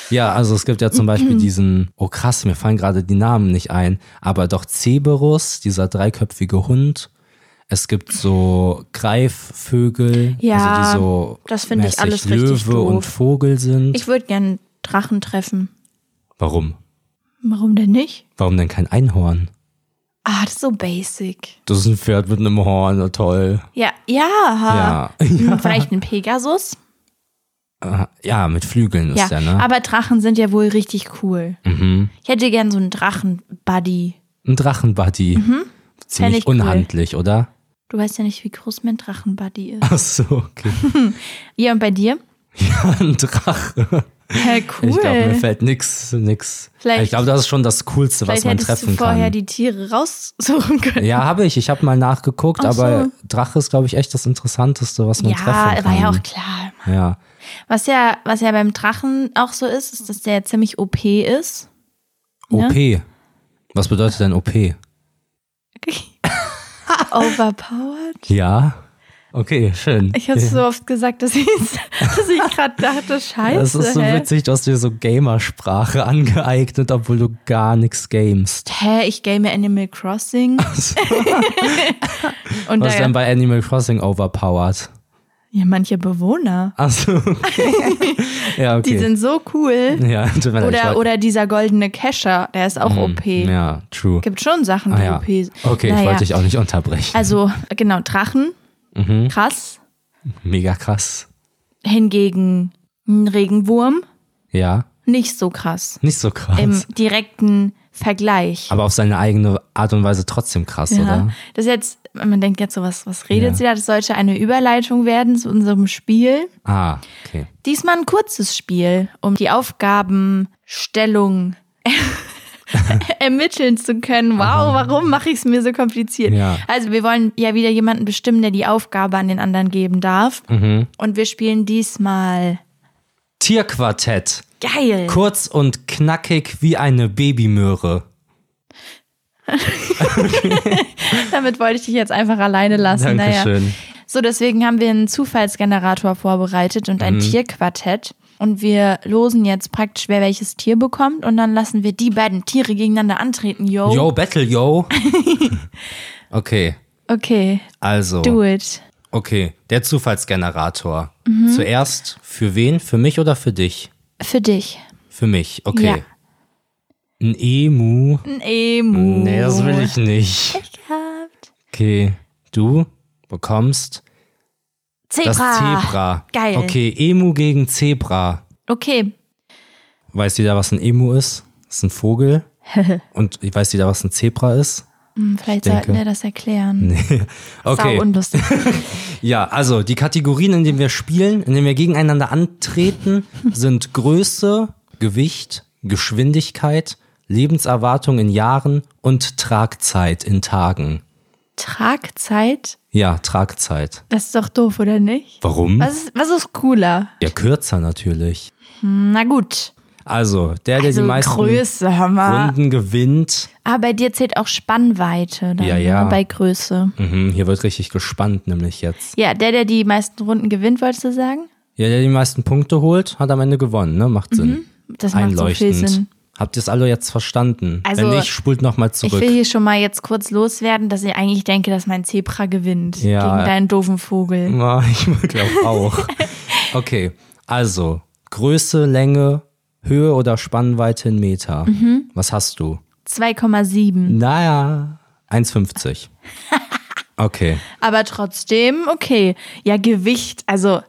Speaker 2: Ja, also es gibt ja zum
Speaker 1: (clears throat)
Speaker 2: Beispiel diesen, oh krass, mir fallen gerade die Namen nicht ein, aber doch Zeberus, dieser dreiköpfige Hund. Es gibt so Greifvögel,
Speaker 1: Ja,
Speaker 2: also die so
Speaker 1: das finde ich
Speaker 2: mäßig
Speaker 1: alles richtig
Speaker 2: Löwe und
Speaker 1: doof.
Speaker 2: Vogel sind.
Speaker 1: Ich würde gerne einen Drachen treffen.
Speaker 2: Warum?
Speaker 1: Warum denn nicht?
Speaker 2: Warum denn kein Einhorn?
Speaker 1: Ah, das ist so basic.
Speaker 2: Das ist ein Pferd mit einem Horn, oh toll.
Speaker 1: Ja, ja.
Speaker 2: Ja. (laughs)
Speaker 1: Hm, Vielleicht ein Pegasus?
Speaker 2: Aha, Ja, mit Flügeln
Speaker 1: Ja,
Speaker 2: ist der, ne? Mhm.
Speaker 1: aber Drachen sind ja wohl richtig cool. Ich hätte gern so einen Drachen-Buddy.
Speaker 2: Ein Drachenbuddy.
Speaker 1: Mhm. Fänd
Speaker 2: Ziemlich
Speaker 1: ich cool.
Speaker 2: unhandlich, oder? (laughs)
Speaker 1: Du weißt ja nicht, wie groß mein Drachen-Buddy ist.
Speaker 2: Ach so, okay.
Speaker 1: Ja, und bei dir?
Speaker 2: Ein Drache.
Speaker 1: Ja, cool.
Speaker 2: (laughs) Ich glaube, mir fällt nix, nix.
Speaker 1: Vielleicht-
Speaker 2: ich glaube, das ist schon das Coolste, was
Speaker 1: Vielleicht
Speaker 2: man
Speaker 1: hättest du
Speaker 2: treffen
Speaker 1: vorher
Speaker 2: kann.
Speaker 1: die Tiere raussuchen können.
Speaker 2: Ja, habe ich. Ich habe mal nachgeguckt,
Speaker 1: Ach
Speaker 2: aber
Speaker 1: so.
Speaker 2: Drache ist, glaube ich, echt das Interessanteste, was man
Speaker 1: Ja,
Speaker 2: treffen kann.
Speaker 1: war ja auch klar.
Speaker 2: Ja.
Speaker 1: Was ja, was ja beim Drachen auch so ist, ist, dass der ziemlich OP
Speaker 2: (laughs)
Speaker 1: ist. Ne?
Speaker 2: OP. Was bedeutet denn OP?
Speaker 1: Overpowered?
Speaker 2: Ja. Okay, schön.
Speaker 1: Ich habe es so oft gesagt, dass, ich's- (laughs) dass ich gerade dachte, scheiße.
Speaker 2: (laughs) Das ist so
Speaker 1: hä?
Speaker 2: witzig, dass dir so Gamersprache (laughs) angeeignet, obwohl du gar nichts gamest.
Speaker 1: Hä, ich game Animal Crossing. (laughs) Und
Speaker 2: Was
Speaker 1: da,
Speaker 2: ist denn bei Animal Crossing overpowered?
Speaker 1: ja, manche Bewohner, (laughs)
Speaker 2: Achso, okay. (laughs) ja, okay.
Speaker 1: die sind so cool.
Speaker 2: ja, tut mir leid, ich
Speaker 1: Oder,
Speaker 2: wollte-
Speaker 1: oder dieser goldene Kescher, der ist auch OP.
Speaker 2: Hm, Ja, true.
Speaker 1: Gibt schon Sachen, die
Speaker 2: Ah, ja.
Speaker 1: OP
Speaker 2: Okay,
Speaker 1: sind.
Speaker 2: ich
Speaker 1: Naja.
Speaker 2: wollte dich auch nicht Mhm. unterbrechen.
Speaker 1: Also, genau, Drachen. Krass.
Speaker 2: Mega krass.
Speaker 1: Hingegen ein Regenwurm,
Speaker 2: Ja,
Speaker 1: nicht so krass.
Speaker 2: nicht so krass.
Speaker 1: Im direkten Vergleich.
Speaker 2: aber auf seine eigene Art und Weise trotzdem krass,
Speaker 1: Ja.
Speaker 2: oder?
Speaker 1: Das ist jetzt, man denkt jetzt so, was, was redet
Speaker 2: Ja.
Speaker 1: sie da? Das sollte eine Überleitung werden zu unserem Spiel.
Speaker 2: Ah, okay.
Speaker 1: Diesmal ein kurzes Spiel, um die Aufgabenstellung
Speaker 2: (laughs)
Speaker 1: ermitteln zu können. Wow, warum mache ich es mir so kompliziert?
Speaker 2: Ja.
Speaker 1: Also wir wollen ja wieder jemanden bestimmen, der die Aufgabe an den anderen geben darf.
Speaker 2: Mhm.
Speaker 1: Und wir spielen diesmal
Speaker 2: Tierquartett.
Speaker 1: geil.
Speaker 2: Kurz und knackig wie eine Babymöhre.
Speaker 1: Damit wollte ich dich jetzt einfach alleine lassen. Naja.
Speaker 2: Dankeschön.
Speaker 1: So, deswegen haben wir einen Zufallsgenerator vorbereitet und ein
Speaker 2: Mhm.
Speaker 1: Tierquartett. Und wir losen jetzt praktisch, wer welches Tier bekommt. Und dann lassen wir die beiden Tiere gegeneinander antreten. Yo.
Speaker 2: Yo,
Speaker 1: (laughs)
Speaker 2: Battle, yo. okay,
Speaker 1: Okay,
Speaker 2: also.
Speaker 1: do it.
Speaker 2: Okay, der Zufallsgenerator.
Speaker 1: Mhm.
Speaker 2: Zuerst für wen? Für mich oder für dich?
Speaker 1: Für dich.
Speaker 2: Für mich, okay.
Speaker 1: Ja.
Speaker 2: Ein Emu.
Speaker 1: Ein Emu.
Speaker 2: Nee, das will ich nicht.
Speaker 1: Gehabt.
Speaker 2: Okay, du bekommst
Speaker 1: Zebra.
Speaker 2: das Zebra.
Speaker 1: Geil.
Speaker 2: Okay, Emu gegen Zebra.
Speaker 1: Okay.
Speaker 2: Weiß jeder, was ein Emu ist? Das ist
Speaker 1: (laughs)
Speaker 2: ein Vogel. Und weiß jeder, was ein Zebra ist?
Speaker 1: Hm, Vielleicht
Speaker 2: denke-
Speaker 1: sollten wir das erklären.
Speaker 2: Okay.
Speaker 1: Sau
Speaker 2: (laughs)
Speaker 1: unlustig.
Speaker 2: Ja, also die Kategorien, in denen wir spielen, in denen wir gegeneinander antreten,
Speaker 1: (laughs)
Speaker 2: sind Größe, Gewicht, Geschwindigkeit, Lebenserwartung in Jahren und Tragzeit in Tagen.
Speaker 1: Tragzeit?
Speaker 2: Ja, Tragzeit.
Speaker 1: Das ist doch doof, oder nicht?
Speaker 2: Warum?
Speaker 1: Was ist, was ist cooler?
Speaker 2: Ja, kürzer natürlich.
Speaker 1: Na gut.
Speaker 2: Also, der, der
Speaker 1: Also
Speaker 2: die meisten
Speaker 1: Größe, Hammer.
Speaker 2: Runden gewinnt,
Speaker 1: Aber bei dir zählt auch Spannweite. Dann,
Speaker 2: Ja, ja.
Speaker 1: ne, Bei Größe.
Speaker 2: mhm, hier wird richtig gespannt nämlich jetzt.
Speaker 1: Ja, der, der die meisten Runden gewinnt, wolltest du sagen?
Speaker 2: Ja, der die meisten Punkte holt, hat am Ende gewonnen, ne? Macht Sinn.
Speaker 1: Mhm. Das macht so viel
Speaker 2: Einleuchtend.
Speaker 1: Sinn.
Speaker 2: Habt ihr es alle jetzt verstanden?
Speaker 1: Also,
Speaker 2: Wenn nicht, spult nochmal zurück.
Speaker 1: Ich will hier schon mal jetzt kurz loswerden, dass ich eigentlich denke, dass mein Zebra gewinnt
Speaker 2: Ja. Hm.
Speaker 1: gegen deinen doofen Vogel.
Speaker 2: Ja, (laughs) ich glaube
Speaker 1: (laughs)
Speaker 2: auch. Okay, also Größe, Länge, Höhe oder Spannweite in Meter.
Speaker 1: Mhm.
Speaker 2: Was hast du?
Speaker 1: 2,7.
Speaker 2: Naja,
Speaker 1: (laughs)
Speaker 2: 1,50. Okay,
Speaker 1: Aber trotzdem, okay. Ja, Gewicht, also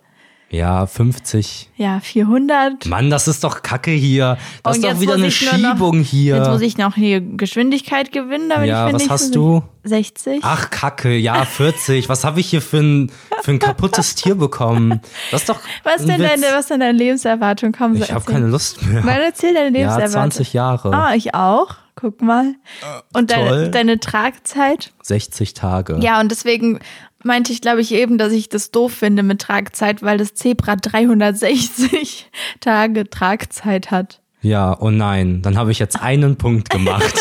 Speaker 2: ja, 50.
Speaker 1: ja, 400.
Speaker 2: Mann, das ist doch Kacke hier.
Speaker 1: Oh, Und
Speaker 2: Das ist doch
Speaker 1: jetzt
Speaker 2: wieder
Speaker 1: muss
Speaker 2: eine
Speaker 1: ich nur noch-
Speaker 2: Schiebung
Speaker 1: Jetzt
Speaker 2: hier.
Speaker 1: muss ich noch hier Geschwindigkeit gewinnen, damit
Speaker 2: Ja,
Speaker 1: ich
Speaker 2: was
Speaker 1: finde
Speaker 2: hast du?
Speaker 1: 60.
Speaker 2: Ach, Kacke,
Speaker 1: (laughs)
Speaker 2: ja, 40. Was habe ich hier für ein, für ein kaputtes Tier bekommen? Das ist doch.
Speaker 1: was
Speaker 2: ein
Speaker 1: denn
Speaker 2: Witz.
Speaker 1: deine, was denn deine Lebenserwartung? Komm, so
Speaker 2: Ich habe
Speaker 1: erzähl.
Speaker 2: keine Lust mehr.
Speaker 1: Wann erzähl deine
Speaker 2: Ja,
Speaker 1: Lebenserwartung?
Speaker 2: 20 Jahre. Äh,
Speaker 1: Ah, ich auch. Guck mal. Und
Speaker 2: toll.
Speaker 1: deine, deine Tragzeit?
Speaker 2: 60 Tage.
Speaker 1: Ja, und deswegen meinte ich, glaube ich, eben, dass ich das doof finde mit Tragzeit, weil das Zebra 360 (laughs) Tage Tragzeit hat.
Speaker 2: Ja, oh nein, dann habe ich jetzt einen
Speaker 1: (laughs)
Speaker 2: Punkt gemacht.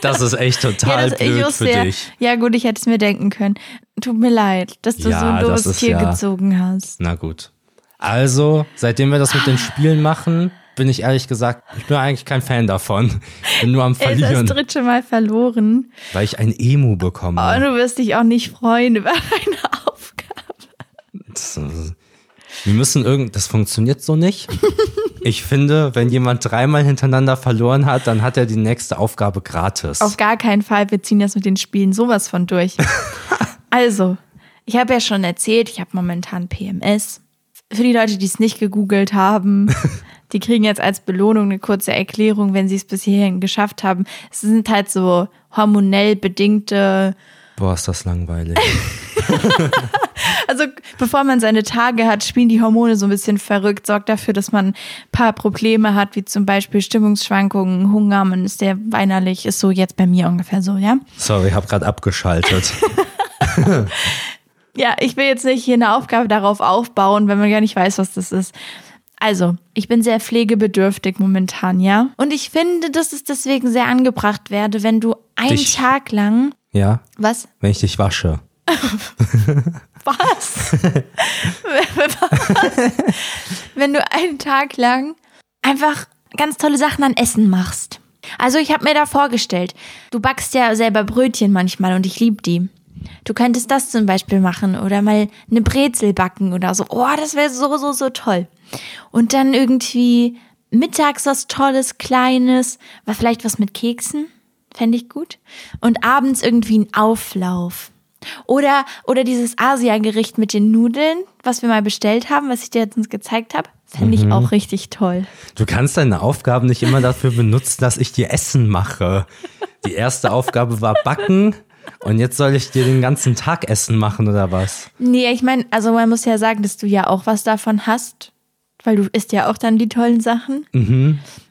Speaker 2: Das ist echt total
Speaker 1: das-
Speaker 2: blöd
Speaker 1: wusste
Speaker 2: für
Speaker 1: ja,
Speaker 2: dich.
Speaker 1: ja, gut, ich hätte es mir denken können. Tut mir leid, dass du
Speaker 2: Ja,
Speaker 1: so ein
Speaker 2: das
Speaker 1: doofes
Speaker 2: ist
Speaker 1: Tier
Speaker 2: ja-
Speaker 1: gezogen hast.
Speaker 2: Na gut. Also, seitdem wir das mit
Speaker 1: Ah.
Speaker 2: den Spielen machen, bin ich ehrlich gesagt, ich bin eigentlich kein Fan davon. Bin nur am
Speaker 1: Ey, das
Speaker 2: Verlieren,
Speaker 1: dritte Mal verloren.
Speaker 2: weil ich ein Emu bekomme.
Speaker 1: Und du wirst dich auch nicht freuen über (laughs) eine Aufgabe.
Speaker 2: Das, ist- wir müssen irgend, das funktioniert so nicht. Ich finde, wenn jemand dreimal hintereinander verloren hat, dann hat er die nächste Aufgabe gratis.
Speaker 1: Auf gar keinen Fall. Wir ziehen das mit den Spielen sowas von
Speaker 2: (laughs)
Speaker 1: durch. also, ich habe ja schon erzählt, ich habe momentan PMS. Für die Leute, die es nicht gegoogelt
Speaker 2: (laughs)
Speaker 1: haben, die kriegen jetzt als Belohnung eine kurze Erklärung, wenn sie es bis hierhin geschafft haben. Es sind halt so hormonell bedingte
Speaker 2: Boah, ist das langweilig.
Speaker 1: Also bevor man seine Tage hat, spielen die Hormone so ein bisschen verrückt, sorgt dafür, dass man ein paar Probleme hat, wie zum Beispiel Stimmungsschwankungen, Hunger, man ist sehr weinerlich, ist so jetzt bei mir ungefähr so, ja?
Speaker 2: Sorry, ich habe gerade abgeschaltet.
Speaker 1: Ja, ich will jetzt nicht hier eine Aufgabe darauf aufbauen, wenn man gar nicht weiß, was das ist. Also, ich bin sehr pflegebedürftig momentan, ja? Und ich finde, dass es deswegen sehr angebracht werde, wenn du einen
Speaker 2: Dich-
Speaker 1: Tag lang
Speaker 2: Ja,
Speaker 1: Was?
Speaker 2: wenn ich dich wasche.
Speaker 1: Was? Wenn du einen Tag lang einfach ganz tolle Sachen an Essen machst. Also ich habe mir da vorgestellt, du backst ja selber Brötchen manchmal und ich liebe die. Du könntest das zum Beispiel machen oder mal eine Brezel backen oder so. Oh, das wäre so, so, so toll. Und dann irgendwie mittags was Tolles, Kleines, was- vielleicht was mit Keksen, fände ich gut. Und abends irgendwie ein Auflauf. Oder, oder dieses Asiagericht mit den Nudeln, was wir mal bestellt haben, was ich dir letztens gezeigt habe, fände ich auch richtig toll.
Speaker 2: Du kannst deine Aufgaben nicht immer dafür benutzen, dass ich dir Essen mache. Die erste Aufgabe war Backen und jetzt soll ich dir den ganzen Tag Essen machen oder was?
Speaker 1: Nee, ich meine, also man muss ja sagen, dass du ja auch was davon hast, weil du isst ja auch dann die tollen Sachen.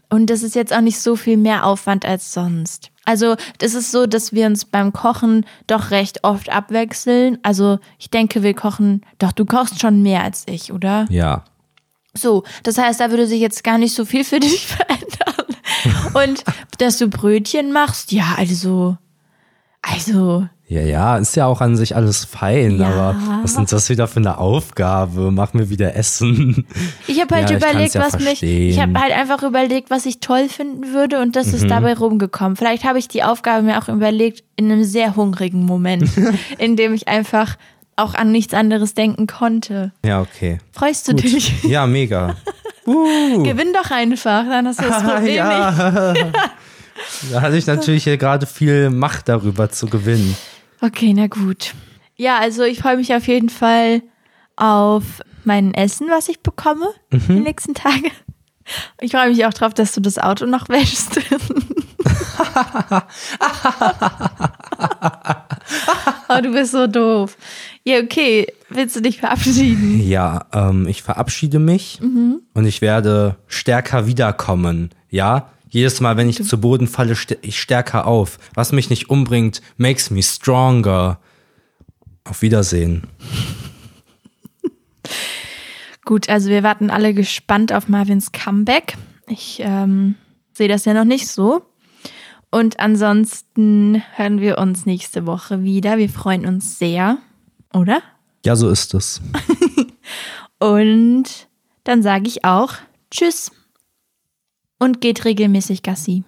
Speaker 1: Und das ist jetzt auch nicht so viel mehr Aufwand als sonst. Also das ist so, dass wir uns beim Kochen doch recht oft abwechseln. Also ich denke, wir kochen, doch du kochst schon mehr als ich, oder?
Speaker 2: Ja.
Speaker 1: So, das heißt, da würde sich jetzt gar nicht so viel für (laughs) dich verändern. Und dass du Brötchen machst, ja, also, also,
Speaker 2: Ja, ja, ist ja auch an sich alles fein,
Speaker 1: Ja.
Speaker 2: aber was ist denn das wieder für eine Aufgabe? Mach mir wieder Essen. (laughs)
Speaker 1: Ich habe halt
Speaker 2: Ja, ich kann's
Speaker 1: überlegt,
Speaker 2: ja
Speaker 1: was mich. Ich
Speaker 2: verstehen. Mhm.
Speaker 1: habe halt einfach überlegt, was ich toll finden würde und das ist dabei rumgekommen. Vielleicht habe ich die Aufgabe mir auch überlegt in einem sehr hungrigen Moment,
Speaker 2: (laughs)
Speaker 1: in dem ich einfach auch an nichts anderes denken konnte.
Speaker 2: Ja, okay.
Speaker 1: Freust du dich?
Speaker 2: Ja, mega.
Speaker 1: Gewinn doch einfach, dann hast du (laughs)
Speaker 2: (laughs)
Speaker 1: das Problem nicht.
Speaker 2: ja. (laughs) Da hatte ich natürlich hier gerade viel Macht darüber zu gewinnen.
Speaker 1: Okay, na gut. Ja, also ich freue mich auf jeden Fall auf mein Essen, was ich bekomme die nächsten Tage. Ich freue mich auch drauf, dass du das Auto noch wäschst. oh, du bist so doof. Ja, okay. Willst du dich verabschieden?
Speaker 2: Ja, ähm, ich verabschiede mich
Speaker 1: Mhm.
Speaker 2: und ich werde stärker wiederkommen. Ja, jedes Mal, wenn ich zu Boden falle, ste ich stärker auf. Was mich nicht umbringt, makes me stronger. Auf Wiedersehen.
Speaker 1: Gut, also wir warten alle gespannt auf Marvins Comeback. Ich ähm, sehe das ja noch nicht so. Und ansonsten hören wir uns nächste Woche wieder. Wir freuen uns sehr, oder?
Speaker 2: Ja, so ist es.
Speaker 1: Und dann sage ich auch Tschüss und geht regelmäßig Gassi.